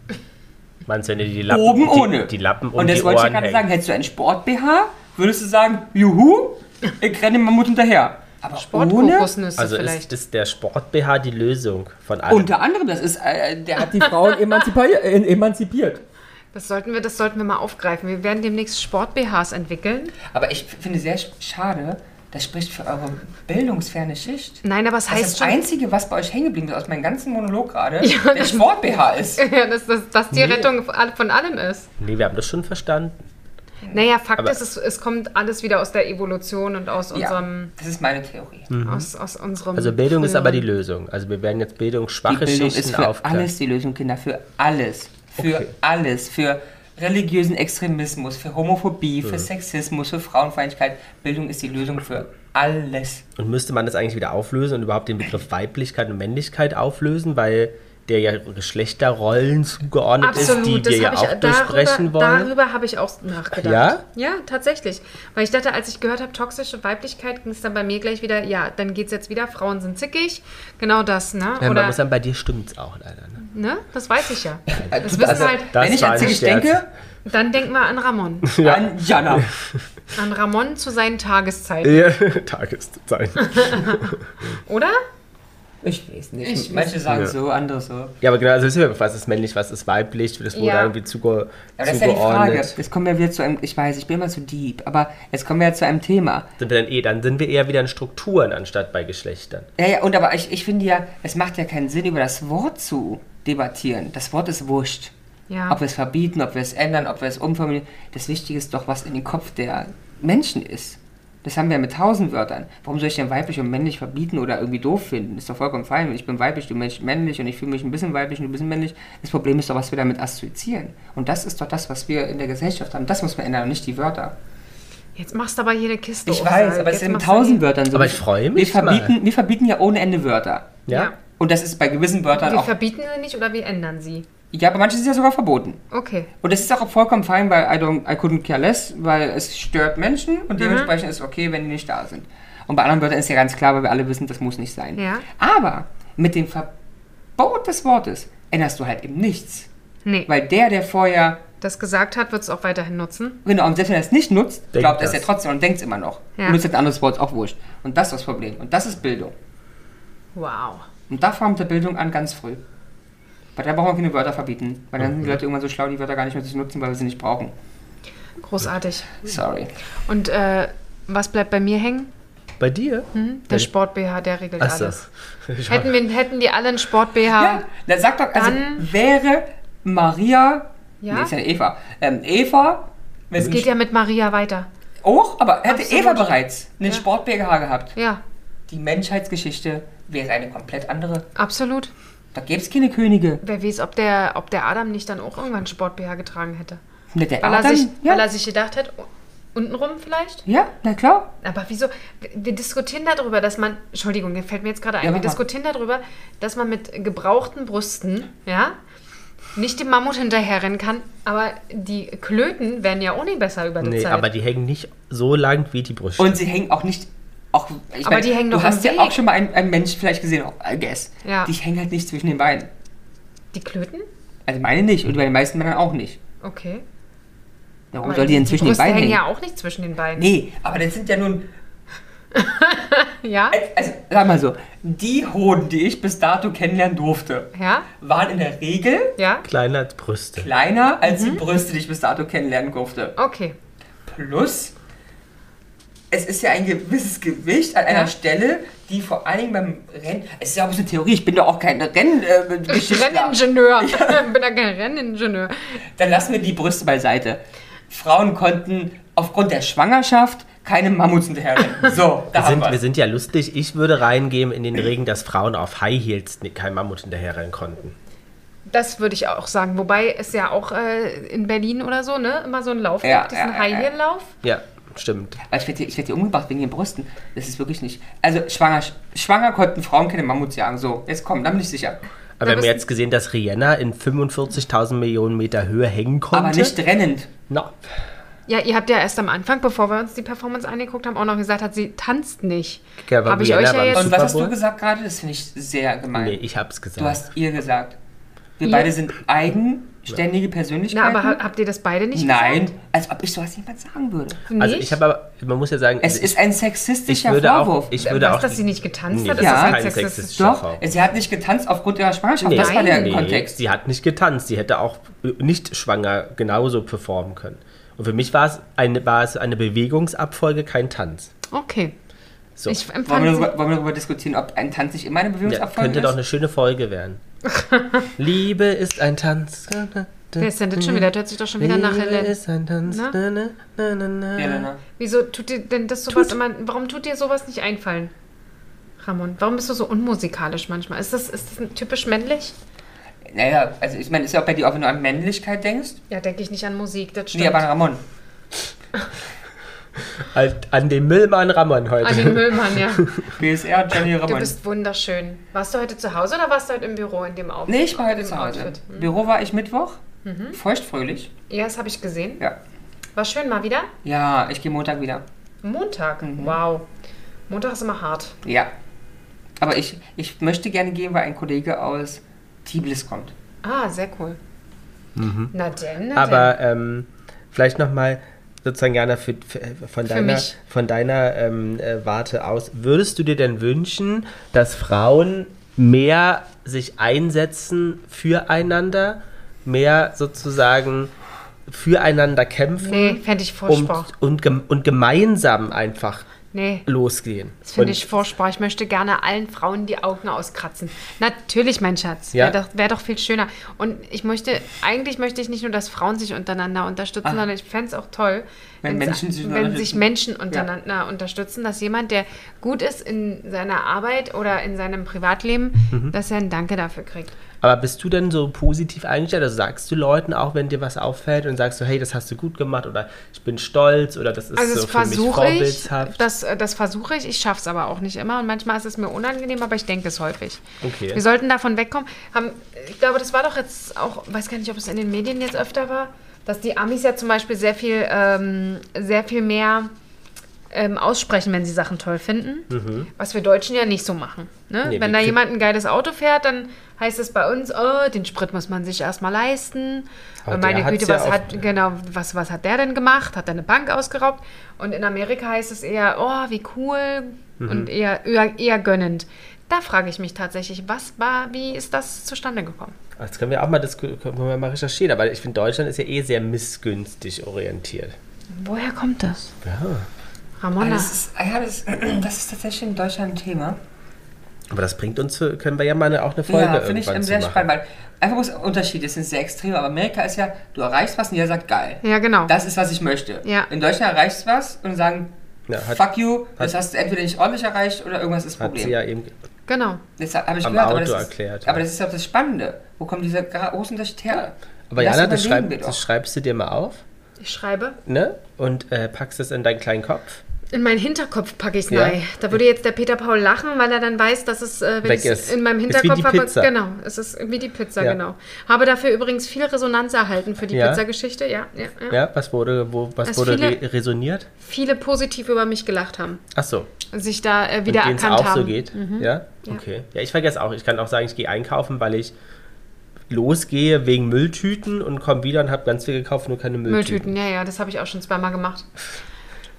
Meinst du, wenn dir die Lappen,
Oben
die,
ohne.
Die Lappen um
und das
die
wollte ich ja
Ohren
gerade
hängen?
sagen, hättest du einen Sport-BH, würdest du sagen, juhu, ich renne dem Mammut hinterher. Aber ohne,
Sportkokosnüsse
Also ist,
vielleicht.
ist der Sport-BH die Lösung von allem?
unter anderem, das ist, äh, der hat
Die
*laughs*
Frauen emanzipier äh, emanzipiert.
Das sollten, wir, das sollten wir mal aufgreifen. Wir werden demnächst Sport-BHs entwickeln.
Aber ich finde sehr sch- schade, das spricht für eure bildungsferne Schicht.
Nein, aber es
Also
Das
heißt
ist das
schon...
Einzige, was bei euch hängen geblieben ist, aus meinem ganzen Monolog gerade,
Ja,
der
das-
Sport-BH ist.
*laughs* Ja, dass, dass, dass die Rettung von allem ist.
Nee, wir haben das schon verstanden.
Naja, Fakt
Aber-
ist, es, es kommt alles wieder aus der Evolution und aus
Ja,
unserem...
das ist meine Theorie.
Aus, aus unserem
Mhm. Also Bildung ist aber die
früheren-
Lösung. Also wir werden jetzt
Die
bildungsschwache
Bildung
Schichten
ist für
aufklären.
alles die Lösung, Kinder, für alles. Für
Okay.
alles. Für religiösen Extremismus, für Homophobie,
Mhm.
für Sexismus, für Frauenfeindlichkeit. Bildung ist die Lösung für alles.
Und müsste man das eigentlich wieder auflösen und überhaupt den Begriff Weiblichkeit und Männlichkeit auflösen, weil der ja Geschlechterrollen zugeordnet
Absolut,
ist, die
das
wir ja
habe ich
auch durchsprechen
darüber,
wollen.
Darüber habe ich auch nachgedacht.
Ja?
Ja, tatsächlich. Weil ich dachte, als ich gehört habe, toxische Weiblichkeit, ging es dann bei mir gleich wieder, ja, dann geht es jetzt wieder, Frauen sind zickig. Genau das, ne?
Ja, man
Oder,
muss sagen, bei dir stimmt es auch leider. Ne?
ne? Das weiß ich
*laughs*
ja.
Das
wissen halt-
Das
Also, wenn ich
war
an
ein
Zickig
Scherz.
denke,
*laughs*
Dann denk mal an Ramon.
an Jana.
An Ramon zu seinen Tageszeiten,
Ja, *laughs* Tageszeit.
oder?
Ich weiß nicht. Manche sagen so, andere so. Aber
Ja, aber genau, also wissen wir, was ist männlich, was ist weiblich, das wurde
Ja.
da irgendwie zuge
das ist ja die Frage.
zugeordnet.
Jetzt kommen wir wieder zu einem, ich weiß, ich bin immer zu deep, aber jetzt kommen wir ja zu einem Thema.
Sind wir dann, eh, dann sind wir eher wieder in Strukturen anstatt bei Geschlechtern.
Ja, ja, und aber ich, ich finde ja, es macht ja keinen Sinn, über das Wort zu debattieren. Das Wort ist wurscht.
Ja.
Ob wir es verbieten, ob wir es ändern, ob wir es umformulieren. Das Wichtige ist doch, was in den Kopf der Menschen ist. Das haben wir mit tausend Wörtern. Warum soll ich denn weiblich und männlich verbieten oder irgendwie doof finden? Ist doch vollkommen fein. Ich bin weiblich, du Mensch männlich und ich fühle mich ein bisschen weiblich und du bist männlich. Das Problem ist doch, was wir damit assoziieren. Und das ist doch das, was wir in der Gesellschaft haben. Das muss man ändern und nicht die Wörter.
Jetzt machst du aber jede Kiste
Ich
auf,
weiß,
Sal.
aber es
Oh, Jetzt
sind mit
machst du
tausend
die-
Wörtern so.
Aber ich freue
wir
mich
verbieten, wir verbieten ja ohne Ende Wörter.
Ja.
Und das ist bei gewissen Wörtern
Wir
auch.
verbieten sie nicht oder wir ändern sie.
Ja, aber manche sind ja sogar verboten.
Okay.
Und das ist auch vollkommen fein, weil I, don't, I couldn't care less, weil es stört Menschen
Mhm.
und dementsprechend ist es okay, wenn die nicht da sind. Und bei anderen Wörtern ist ja ganz klar, weil wir alle wissen, das muss nicht sein.
Ja.
Aber mit dem Verbot des Wortes änderst du halt eben nichts.
Nee,
Weil der, der vorher,
das gesagt hat, wird es auch weiterhin nutzen.
genau, und selbst wenn er es nicht nutzt,
Denkt
glaubt er es ja
das.
trotzdem und denkt es immer noch.
Ja.
Und nutzt halt ein anderes Wort, ist auch wurscht. Und das ist das Problem. Und das ist Bildung.
Wow.
Und da fangen wir mit der Bildung an ganz früh. Weil da brauchen wir keine Wörter verbieten. Weil dann sind die Leute irgendwann so schlau, die Wörter gar nicht mehr zu nutzen, weil wir sie nicht brauchen.
Großartig.
Sorry.
Und äh, was bleibt bei mir hängen?
Bei dir?
Der Sport-BH, der regelt
Achso.
Mhm. alles. Hätten, wir, hätten die alle einen Sport-BH?
Ja, dann sag doch, also
Dann-
wäre Maria.
Ja?
Nee, ist ja Eva. Ähm, Eva. wenn
Es geht
nicht-
ja mit Maria weiter.
Auch, aber hätte
Absolut.
Eva bereits einen
Ja.
Sport-BGH gehabt.
Ja,
Die Menschheitsgeschichte wäre eine komplett andere.
absolut.
Da gäbe es keine Könige.
Wer weiß, ob der, ob der Adam nicht dann auch irgendwann Sport-BH getragen hätte.
Mit der
Weil,
Adam,
er sich,
ja.
weil er sich gedacht hat, u- untenrum vielleicht?
ja, na klar.
Aber wieso? Wir- Wir diskutieren darüber, dass man. Entschuldigung, mir fällt mir jetzt gerade ein.
Ja,
wir
mach mal.
diskutieren darüber, dass man mit gebrauchten Brüsten, ja, nicht dem Mammut hinterherrennen kann, aber die Klöten werden ja auch nicht besser über die
Nee,
Zeit.
aber die hängen nicht so lang wie die Brüste.
Und sie hängen auch nicht. Auch, ich
Aber die hängen
du
doch
hast
am
ja
Weg.
auch schon mal einen, einen Menschen vielleicht gesehen, auch, I guess.
Ja.
Die hängen halt nicht zwischen den Beinen.
die Klöten?
Also meine nicht und bei den meisten Männern auch nicht.
Okay.
Warum
Aber
soll die denn zwischen den
Brüste
Beinen
hängen
hängen?
ja auch nicht zwischen den Beinen.
Nee, aber das sind ja nun,
Ja?
also sag mal so, die Hoden, die ich bis dato kennenlernen durfte,
Ja?
waren in der Regel
Ja?
Kleiner als Brüste.
kleiner als
Mhm.
die Brüste, die ich bis dato kennenlernen durfte.
Okay.
Plus, es ist ja ein gewisses Gewicht an einer
Ja.
Stelle, die vor allen Dingen beim Rennen, es ist ja auch eine Theorie, ich bin doch auch kein äh, Renngeschichtler. *laughs*
Renningenieur. Ich bin ja kein Renningenieur.
Dann lassen wir die Brüste beiseite. Frauen konnten aufgrund der Schwangerschaft keine Mammuts hinterherrennen. So, da
Wir
haben
sind, wir
wir's.
sind ja lustig. Ich würde reingeben in den Regen, dass Frauen auf High Heels ni- kein Mammut hinterherrennen konnten.
Das würde ich auch sagen. Wobei es ja auch äh, in Berlin oder so, ne? Immer so einen Lauf
Ja,
gibt, diesen
ja, ja,
High Heel Lauf.
Ja, stimmt.
Aber ich werde hier, werd hier umgebracht wegen den Brüsten. Das ist wirklich nicht. Also, schwanger, schwanger konnten Frauen keine Mammuts jagen. So, jetzt komm, da bin ich sicher.
Aber wir haben
bist-
jetzt gesehen, dass Rihanna in 45.000 Millionen Meter Höhe hängen konnte.
Aber nicht rennend.
No.
Ja, ihr habt ja erst am Anfang, bevor wir uns die Performance angeguckt haben, auch noch gesagt, hat sie tanzt nicht.
Ja, aber
Habe ich
Rihanna
euch ja
war
jetzt.
ein
Und was
Super
hast du
Bowl?
gesagt gerade? Das finde ich sehr gemein.
Nee, ich hab's gesagt.
Du hast ihr gesagt. Wir
Ihr?
beide sind eigen Ständige Persönlichkeit.
Na, aber ha- habt ihr das beide nicht
Nein,
gesagt?
als ob ich sowas jemals sagen würde.
Nein.
Also ich habe aber, man muss ja sagen,
Es
also
ist ein sexistischer
ich würde
Vorwurf.
auch, ich würde
Was,
auch
dass sie nicht getanzt hat,
das
ist
ist
kein
kein
sexistisches-
sexistischer
Doch,
Vorwurf.
sie hat nicht getanzt aufgrund ihrer Schwangerschaft. Das war der
Nein.
Kontext.
Sie hat nicht getanzt. Sie hätte auch nicht schwanger genauso performen können. Und für mich war es eine, war es eine Bewegungsabfolge, kein Tanz.
Okay.
So.
Ich
Wollen
empfand
wir,
sie,
darüber, wollen wir darüber diskutieren, ob ein Tanz nicht immer eine
ja,
Bewegungsabfolge
könnte doch
ist?
eine schöne
*laughs*
Folge werden. Liebe ist ein Tanz.
Wer ist denn das schon wieder? Das hört sich doch schon wieder nach
Liebe
Helen.
ist ein Tanz.
Na?
Na, na, na, na, na.
Ja, Lena.
Wieso tut dir denn das sowas immer, warum tut dir sowas nicht einfallen? Ramon, warum bist du so unmusikalisch manchmal? Ist das, ist das ein- typisch männlich?
Naja, also ich meine, ist ja auch bei dir auch, wenn du an Männlichkeit denkst.
Ja, denke ich nicht an Musik, das stimmt.
Nee, aber an Ramon.
Halt An den Müllmann Ramon heute.
an
*laughs*
den Müllmann,
*laughs*
ja.
BSR, Johnny
Du
Ramon.
bist wunderschön. Warst du heute zu Hause oder warst du heute im Büro in dem Auftritt?
Nee, ich war heute zu Hause.
hm.
Büro war ich Mittwoch.
Mhm.
Feuchtfröhlich.
Ja, das habe ich gesehen.
Ja.
War schön mal wieder.
Ja, ich gehe Montag wieder.
Montag.
Mhm.
Wow. Montag ist immer hart.
Ja. Aber ich, ich möchte gerne gehen, weil ein Kollege aus Tiblis kommt.
Ah, sehr cool.
Mhm.
Na denn, na
Aber ähm, vielleicht nochmal sozusagen, Jana, für, für, äh, von deiner,
mich.
von deiner ähm, äh, Warte aus, würdest du dir denn wünschen, dass Frauen mehr sich einsetzen füreinander, mehr sozusagen füreinander kämpfen
denn. Nee, fände ich
und,
um
furchtbar.
und, gem und gemeinsam einfach
nee.
losgehen?
Das finde
Und-
ich furchtbar. Ich möchte gerne allen Frauen die Augen auskratzen. Natürlich, mein Schatz.
Ja.
Wäre doch, wär doch viel schöner. Und ich möchte, eigentlich möchte ich nicht nur, dass Frauen sich untereinander unterstützen, sondern ich fände es auch toll,
Ah. Wenn
wenn's-
Menschen sich
wenn
unterstützen.
sich Menschen untereinander unterstützen, dass jemand, der gut ist in seiner Arbeit oder in seinem Privatleben,
Mhm.
dass er ein Danke dafür kriegt.
Aber bist du denn so positiv eingestellt? Also sagst du Leuten auch, wenn dir was auffällt und sagst du, hey, das hast du gut gemacht oder ich bin stolz oder das ist
Also
so
das
für mich
versuche ich,
vorbildhaft?
das, äh, das versuche ich, ich schaffe es aber auch nicht immer und manchmal ist es mir unangenehm, aber ich denke es häufig.
Okay.
Wir sollten davon wegkommen. Haben, ich glaube, das war doch jetzt auch, weiß gar nicht, ob es in den Medien jetzt öfter war, dass die Amis ja zum Beispiel sehr viel, ähm, sehr viel mehr ähm, aussprechen, wenn sie Sachen toll finden, was wir Deutschen ja nicht so machen. Ne?
Mhm. Nee,
wenn da
wir kri-
jemand ein geiles Auto fährt, dann heißt es bei uns, oh, den Sprit muss man sich erstmal leisten.
Aber
Und meine
der hat's
Güte,
ja
was
oft.
hat, Genau, was, was hat der denn gemacht? Hat er eine Bank ausgeraubt? Und in Amerika heißt es eher, oh, wie cool
Mhm.
und eher, eher, eher gönnend. Da frage ich mich tatsächlich, was war, wie ist das zustande gekommen?
Das können wir auch mal, disku- können wir mal recherchieren, aber ich finde, Deutschland ist ja eh sehr missgünstig orientiert.
Woher kommt das?
Ja.
Ah,
Ramona,
das, ist, ah ja, das, *clears throat* das ist tatsächlich in Deutschland ein Thema.
Aber das bringt uns, zu- können wir ja mal eine, auch eine Folge
ja, finde ich
irgendwann
ähm,
zu
sehr
machen.
spannend, weil einfach wo es Unterschiede sind, sehr extrem. Aber Amerika ist ja, du erreichst was und jeder sagt, geil.
Ja, genau.
Das ist, was ich möchte.
Ja.
In Deutschland erreichst du was und sagen,
Ja, hat-
fuck you, das
hat-
hast du entweder nicht ordentlich erreicht oder irgendwas ist
Hat
Problem.
sie ja eben,
genau.
Das habe ich
Am
gehört, aber
Auto
das, ist,
erklärt, ja.
aber das ist ja das Spannende. Wo kommt dieser gra- große Unterschied her?
aber Jana, das,
überlegen
schreib,
wir doch.
das schreibst du dir mal auf
Ich schreibe.
ne? und äh, packst es in deinen kleinen Kopf.
In meinen Hinterkopf packe ich es
Ja.
rein. Da würde jetzt der Peter Paul lachen, weil er dann weiß, dass es, äh, wenn
Weg
ich
ist.
in meinem
Ist wie die
Hinterkopf habe.
Pizza.
Genau, es ist wie die Pizza,
Ja.
genau. Habe dafür übrigens viel Resonanz erhalten für die
Ja.
Pizzageschichte, ja, ja, ja.
Ja, was wurde, wo, was
Dass
wurde
viele-
re resoniert?
Viele positiv über mich gelacht haben.
Ach so,
sich da äh,
mit
wieder
denen es
erkannt
auch
haben. Mhm.
so geht. Ja? Okay. Ja, ich vergesse auch. Ich kann auch sagen, ich gehe einkaufen, weil ich losgehe wegen Mülltüten und komme wieder und habe ganz viel gekauft, nur keine Mülltüten.
Mülltüten, ja, ja, das habe ich auch schon zweimal gemacht.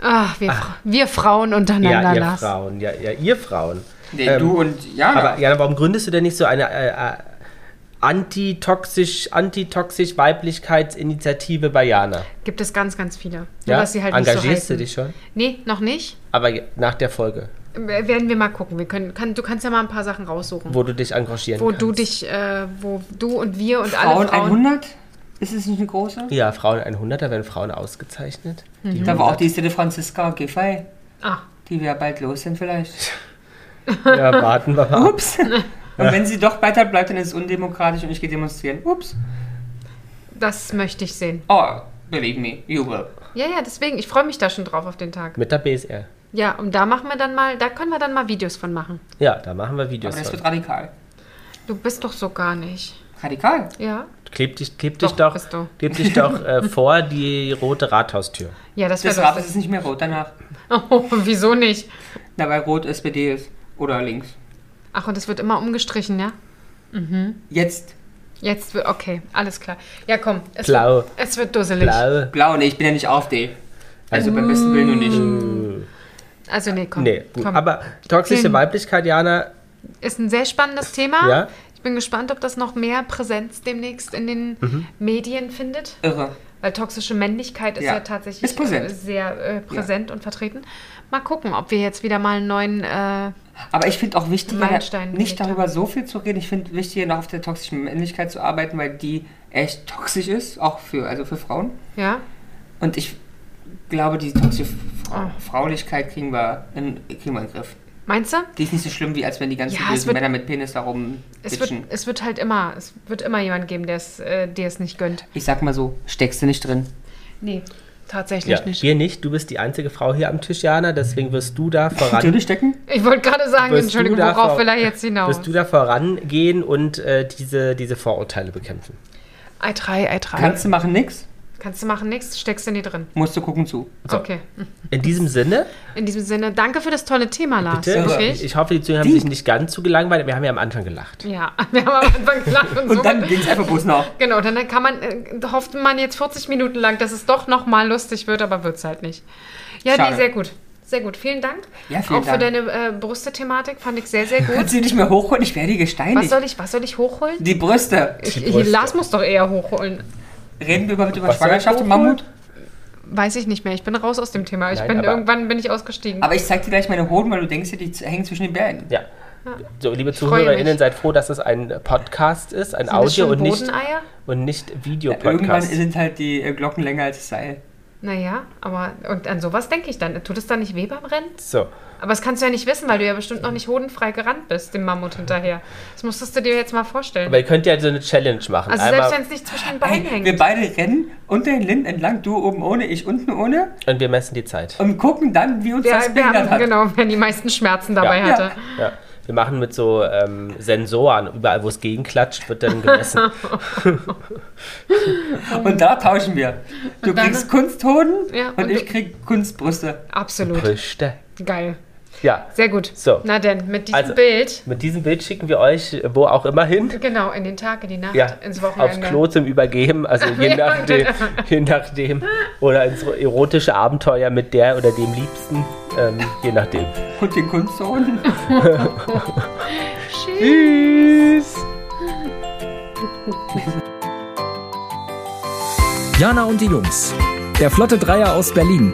Ach, wir, Fra- wir Frauen untereinander,
Ja, ihr
Lars.
Frauen. Ja, ja, ihr Frauen.
Nee,
Ähm,
du und Jana.
Aber Jana, warum gründest du denn nicht so eine äh, äh, antitoxisch, antitoxisch Weiblichkeitsinitiative bei Jana?
Gibt es ganz, ganz viele. Nur,
Ja?
dass sie halt
Engagierst
nicht so
du dich schon?
heißen. Nee, noch nicht.
Aber je- nach der Folge,
Äh, Werden wir mal gucken. Wir können, kann, du kannst ja mal ein paar Sachen raussuchen. Wo,
wo du dich engagieren kannst.
du dich, äh, wo du und wir und alle
Frauen
Frauen.
100? Ist es nicht eine große?
Ja, Frauen 100, da werden Frauen
*laughs*
ausgezeichnet. Die
Da war auch die Stille Franziska Giffey,
Ah,
die wir bald los
*laughs*
sind vielleicht.
Ja, warten wir mal.
Ups.
*laughs*
Und wenn sie doch weiter bleibt, dann ist es undemokratisch und ich gehe demonstrieren. Ups.
das möchte ich sehen.
Oh, believe me, you will.
Ja, ja, deswegen, ich freue mich da schon drauf auf den Tag.
Mit der BSR.
Ja, und da machen wir dann mal, da können wir dann mal Videos von machen.
Ja, da machen wir Videos.
Aber das
von.
wird radikal.
Du bist doch so gar nicht.
Radikal?
Ja?
Kleb dich, kleb
Doch,
dich doch,
bist du.
kleb dich
*laughs*
doch äh, vor die rote Rathaustür.
Ja, das wäre
Das Rad
lustig.
ist nicht mehr rot danach.
*laughs* Oh, wieso nicht?
Dabei rot SPD ist. Oder links.
Ach, und es wird immer umgestrichen, ja?
Jetzt.
Jetzt, wi- okay, alles klar. Ja, komm. Es
Blau.
Wird, es wird dusselig.
Blau.
Blau, nee, ich bin ja nicht auf D. Also
Also-
beim besten Willen und nicht.
Also, nee, komm.
Nee, gut.
komm.
Aber toxische
Klingt-
Weiblichkeit, Jana,
Ist ein sehr spannendes Thema.
Ja.
Ich bin gespannt, ob das noch mehr Präsenz demnächst in den
Mhm.
Medien findet.
Irre.
Weil toxische Männlichkeit ist ja,
Ja,
tatsächlich
ist präsent.
äh, sehr äh, präsent und vertreten. Mal gucken, ob wir jetzt wieder mal einen neuen. Äh,
Aber ich finde auch wichtig,
Meilenstein
nicht
gelegt
darüber
haben.
so viel zu reden. Ich finde wichtig, noch auf der toxischen Männlichkeit zu arbeiten, weil die echt toxisch ist, auch für, also für Frauen.
ja?
Und ich glaube, die toxische
Ah.
Fra Fraulichkeit kriegen wir, in, kriegen wir in den Griff.
Meinst du?
Die ist nicht so schlimm, wie als wenn die ganzen
Ja, es
bösen
wird-
Männer mit Penis darum
Es wird,
bitchen.
es wird halt immer, es wird immer jemand geben, der es äh, dir es nicht gönnt.
Ich sag mal so, steckst du nicht drin.
Nee, tatsächlich
ja,
nicht.
wir nicht. Du bist die einzige Frau hier am Tisch, Jana, deswegen wirst du da voran.
Natürlich stecken?
Ich wollte gerade sagen,
Wirst du
Entschuldigung,
da
worauf
vor-
will er jetzt hinaus?
wirst du da vorangehen und äh, diese, diese Vorurteile bekämpfen.
Ei3, Ei3.
Kannst
Kannst,
du machen nix,
du machen, nichts, steckst du nie drin.
musst du gucken zu.
So.
Okay.
In diesem Sinne,
In diesem Sinne, danke für das tolle Thema, Lars.
bitte.
Wirklich?
Ich, ich hoffe, die Zuhörer haben
Die-
sich nicht ganz so gelangweilt. Wir haben ja am Anfang gelacht.
Ja, *laughs* wir haben am Anfang gelacht und, so.
Und dann ging's einfach bloß noch.
Genau, dann kann man, äh, hofft man jetzt 40 Minuten lang, dass es doch nochmal lustig wird, aber wird es halt nicht. Ja, nee,
Schade.
sehr gut. Sehr gut. Vielen Dank.
Ja, vielen
Auch für
Dank.
deine äh, Brustethematik fand ich sehr, sehr gut.
Kannst du nicht mehr hochholen? Ich werde
Was
gesteinigt.
soll ich, was soll ich hochholen?
Die Brüste.
Ich,
Brüste.
Lars muss doch eher hochholen.
Reden wir über, über
Was soll ich
Schwangerschaft und
hochholen?
Mammut?
Weiß ich nicht mehr. Ich bin raus aus dem Thema. Ich
Nein,
bin
aber-
irgendwann bin ich ausgestiegen.
Aber ich zeig dir gleich meine Hoden, weil du denkst ja, die z- hängen zwischen den Beinen.
Ja. So, liebe
freue
ZuhörerInnen,
mich.
seid froh, dass es ein Podcast ist, ein
das
Audio-
schon
und nicht,
Bodeneier?
und nicht
Irgendwann
Videopodcast.
sind halt die äh, Glocken länger als das Seil.
Naja, aber und an sowas denke ich dann. Tut es dann nicht weh beim Rennen?
so.
Aber das kannst du ja nicht wissen, weil du ja bestimmt noch nicht hodenfrei gerannt bist, dem Mammut hinterher. Das musstest du dir jetzt mal vorstellen.
Aber ihr könnt ja so eine Challenge machen.
Also selbst wenn
Einmal,
es nicht zwischen den Beinen
Hey, wir
hängt.
beide rennen unter den Linden entlang, du oben ohne, ich unten ohne
und wir messen die Zeit.
und gucken dann, wie uns
Wer,
das
wer,
behindert hat.
genau, wer die meisten Schmerzen dabei
Ja.
hatte.
Ja. Wir machen mit so ähm, Sensoren, überall wo es gegenklatscht, wird
*laughs*
dann gemessen.
Und da tauschen wir. Du
dann-
kriegst Kunsthoden
Ja,
und,
und
ich
du-
krieg Kunstbrüste.
Absolut.
Brüste.
Geil.
Ja.
Sehr gut.
So.
Na denn, mit diesem
Also-
Bild,
Mit diesem Bild schicken wir euch äh, wo auch immer hin.
genau, in den Tag, in die Nacht,
Ja,
ins
aufs
Wochenende.
Klo zum
*laughs*
Übergeben, also je
Ja, genau.
nachdem, je nachdem. Oder ins erotische Abenteuer mit der oder dem Liebsten, ähm, je nachdem.
Und den Kunsthoden.
Tschüss.
Tschüss!
Jana und die Jungs. Der Flotte Dreier aus Berlin.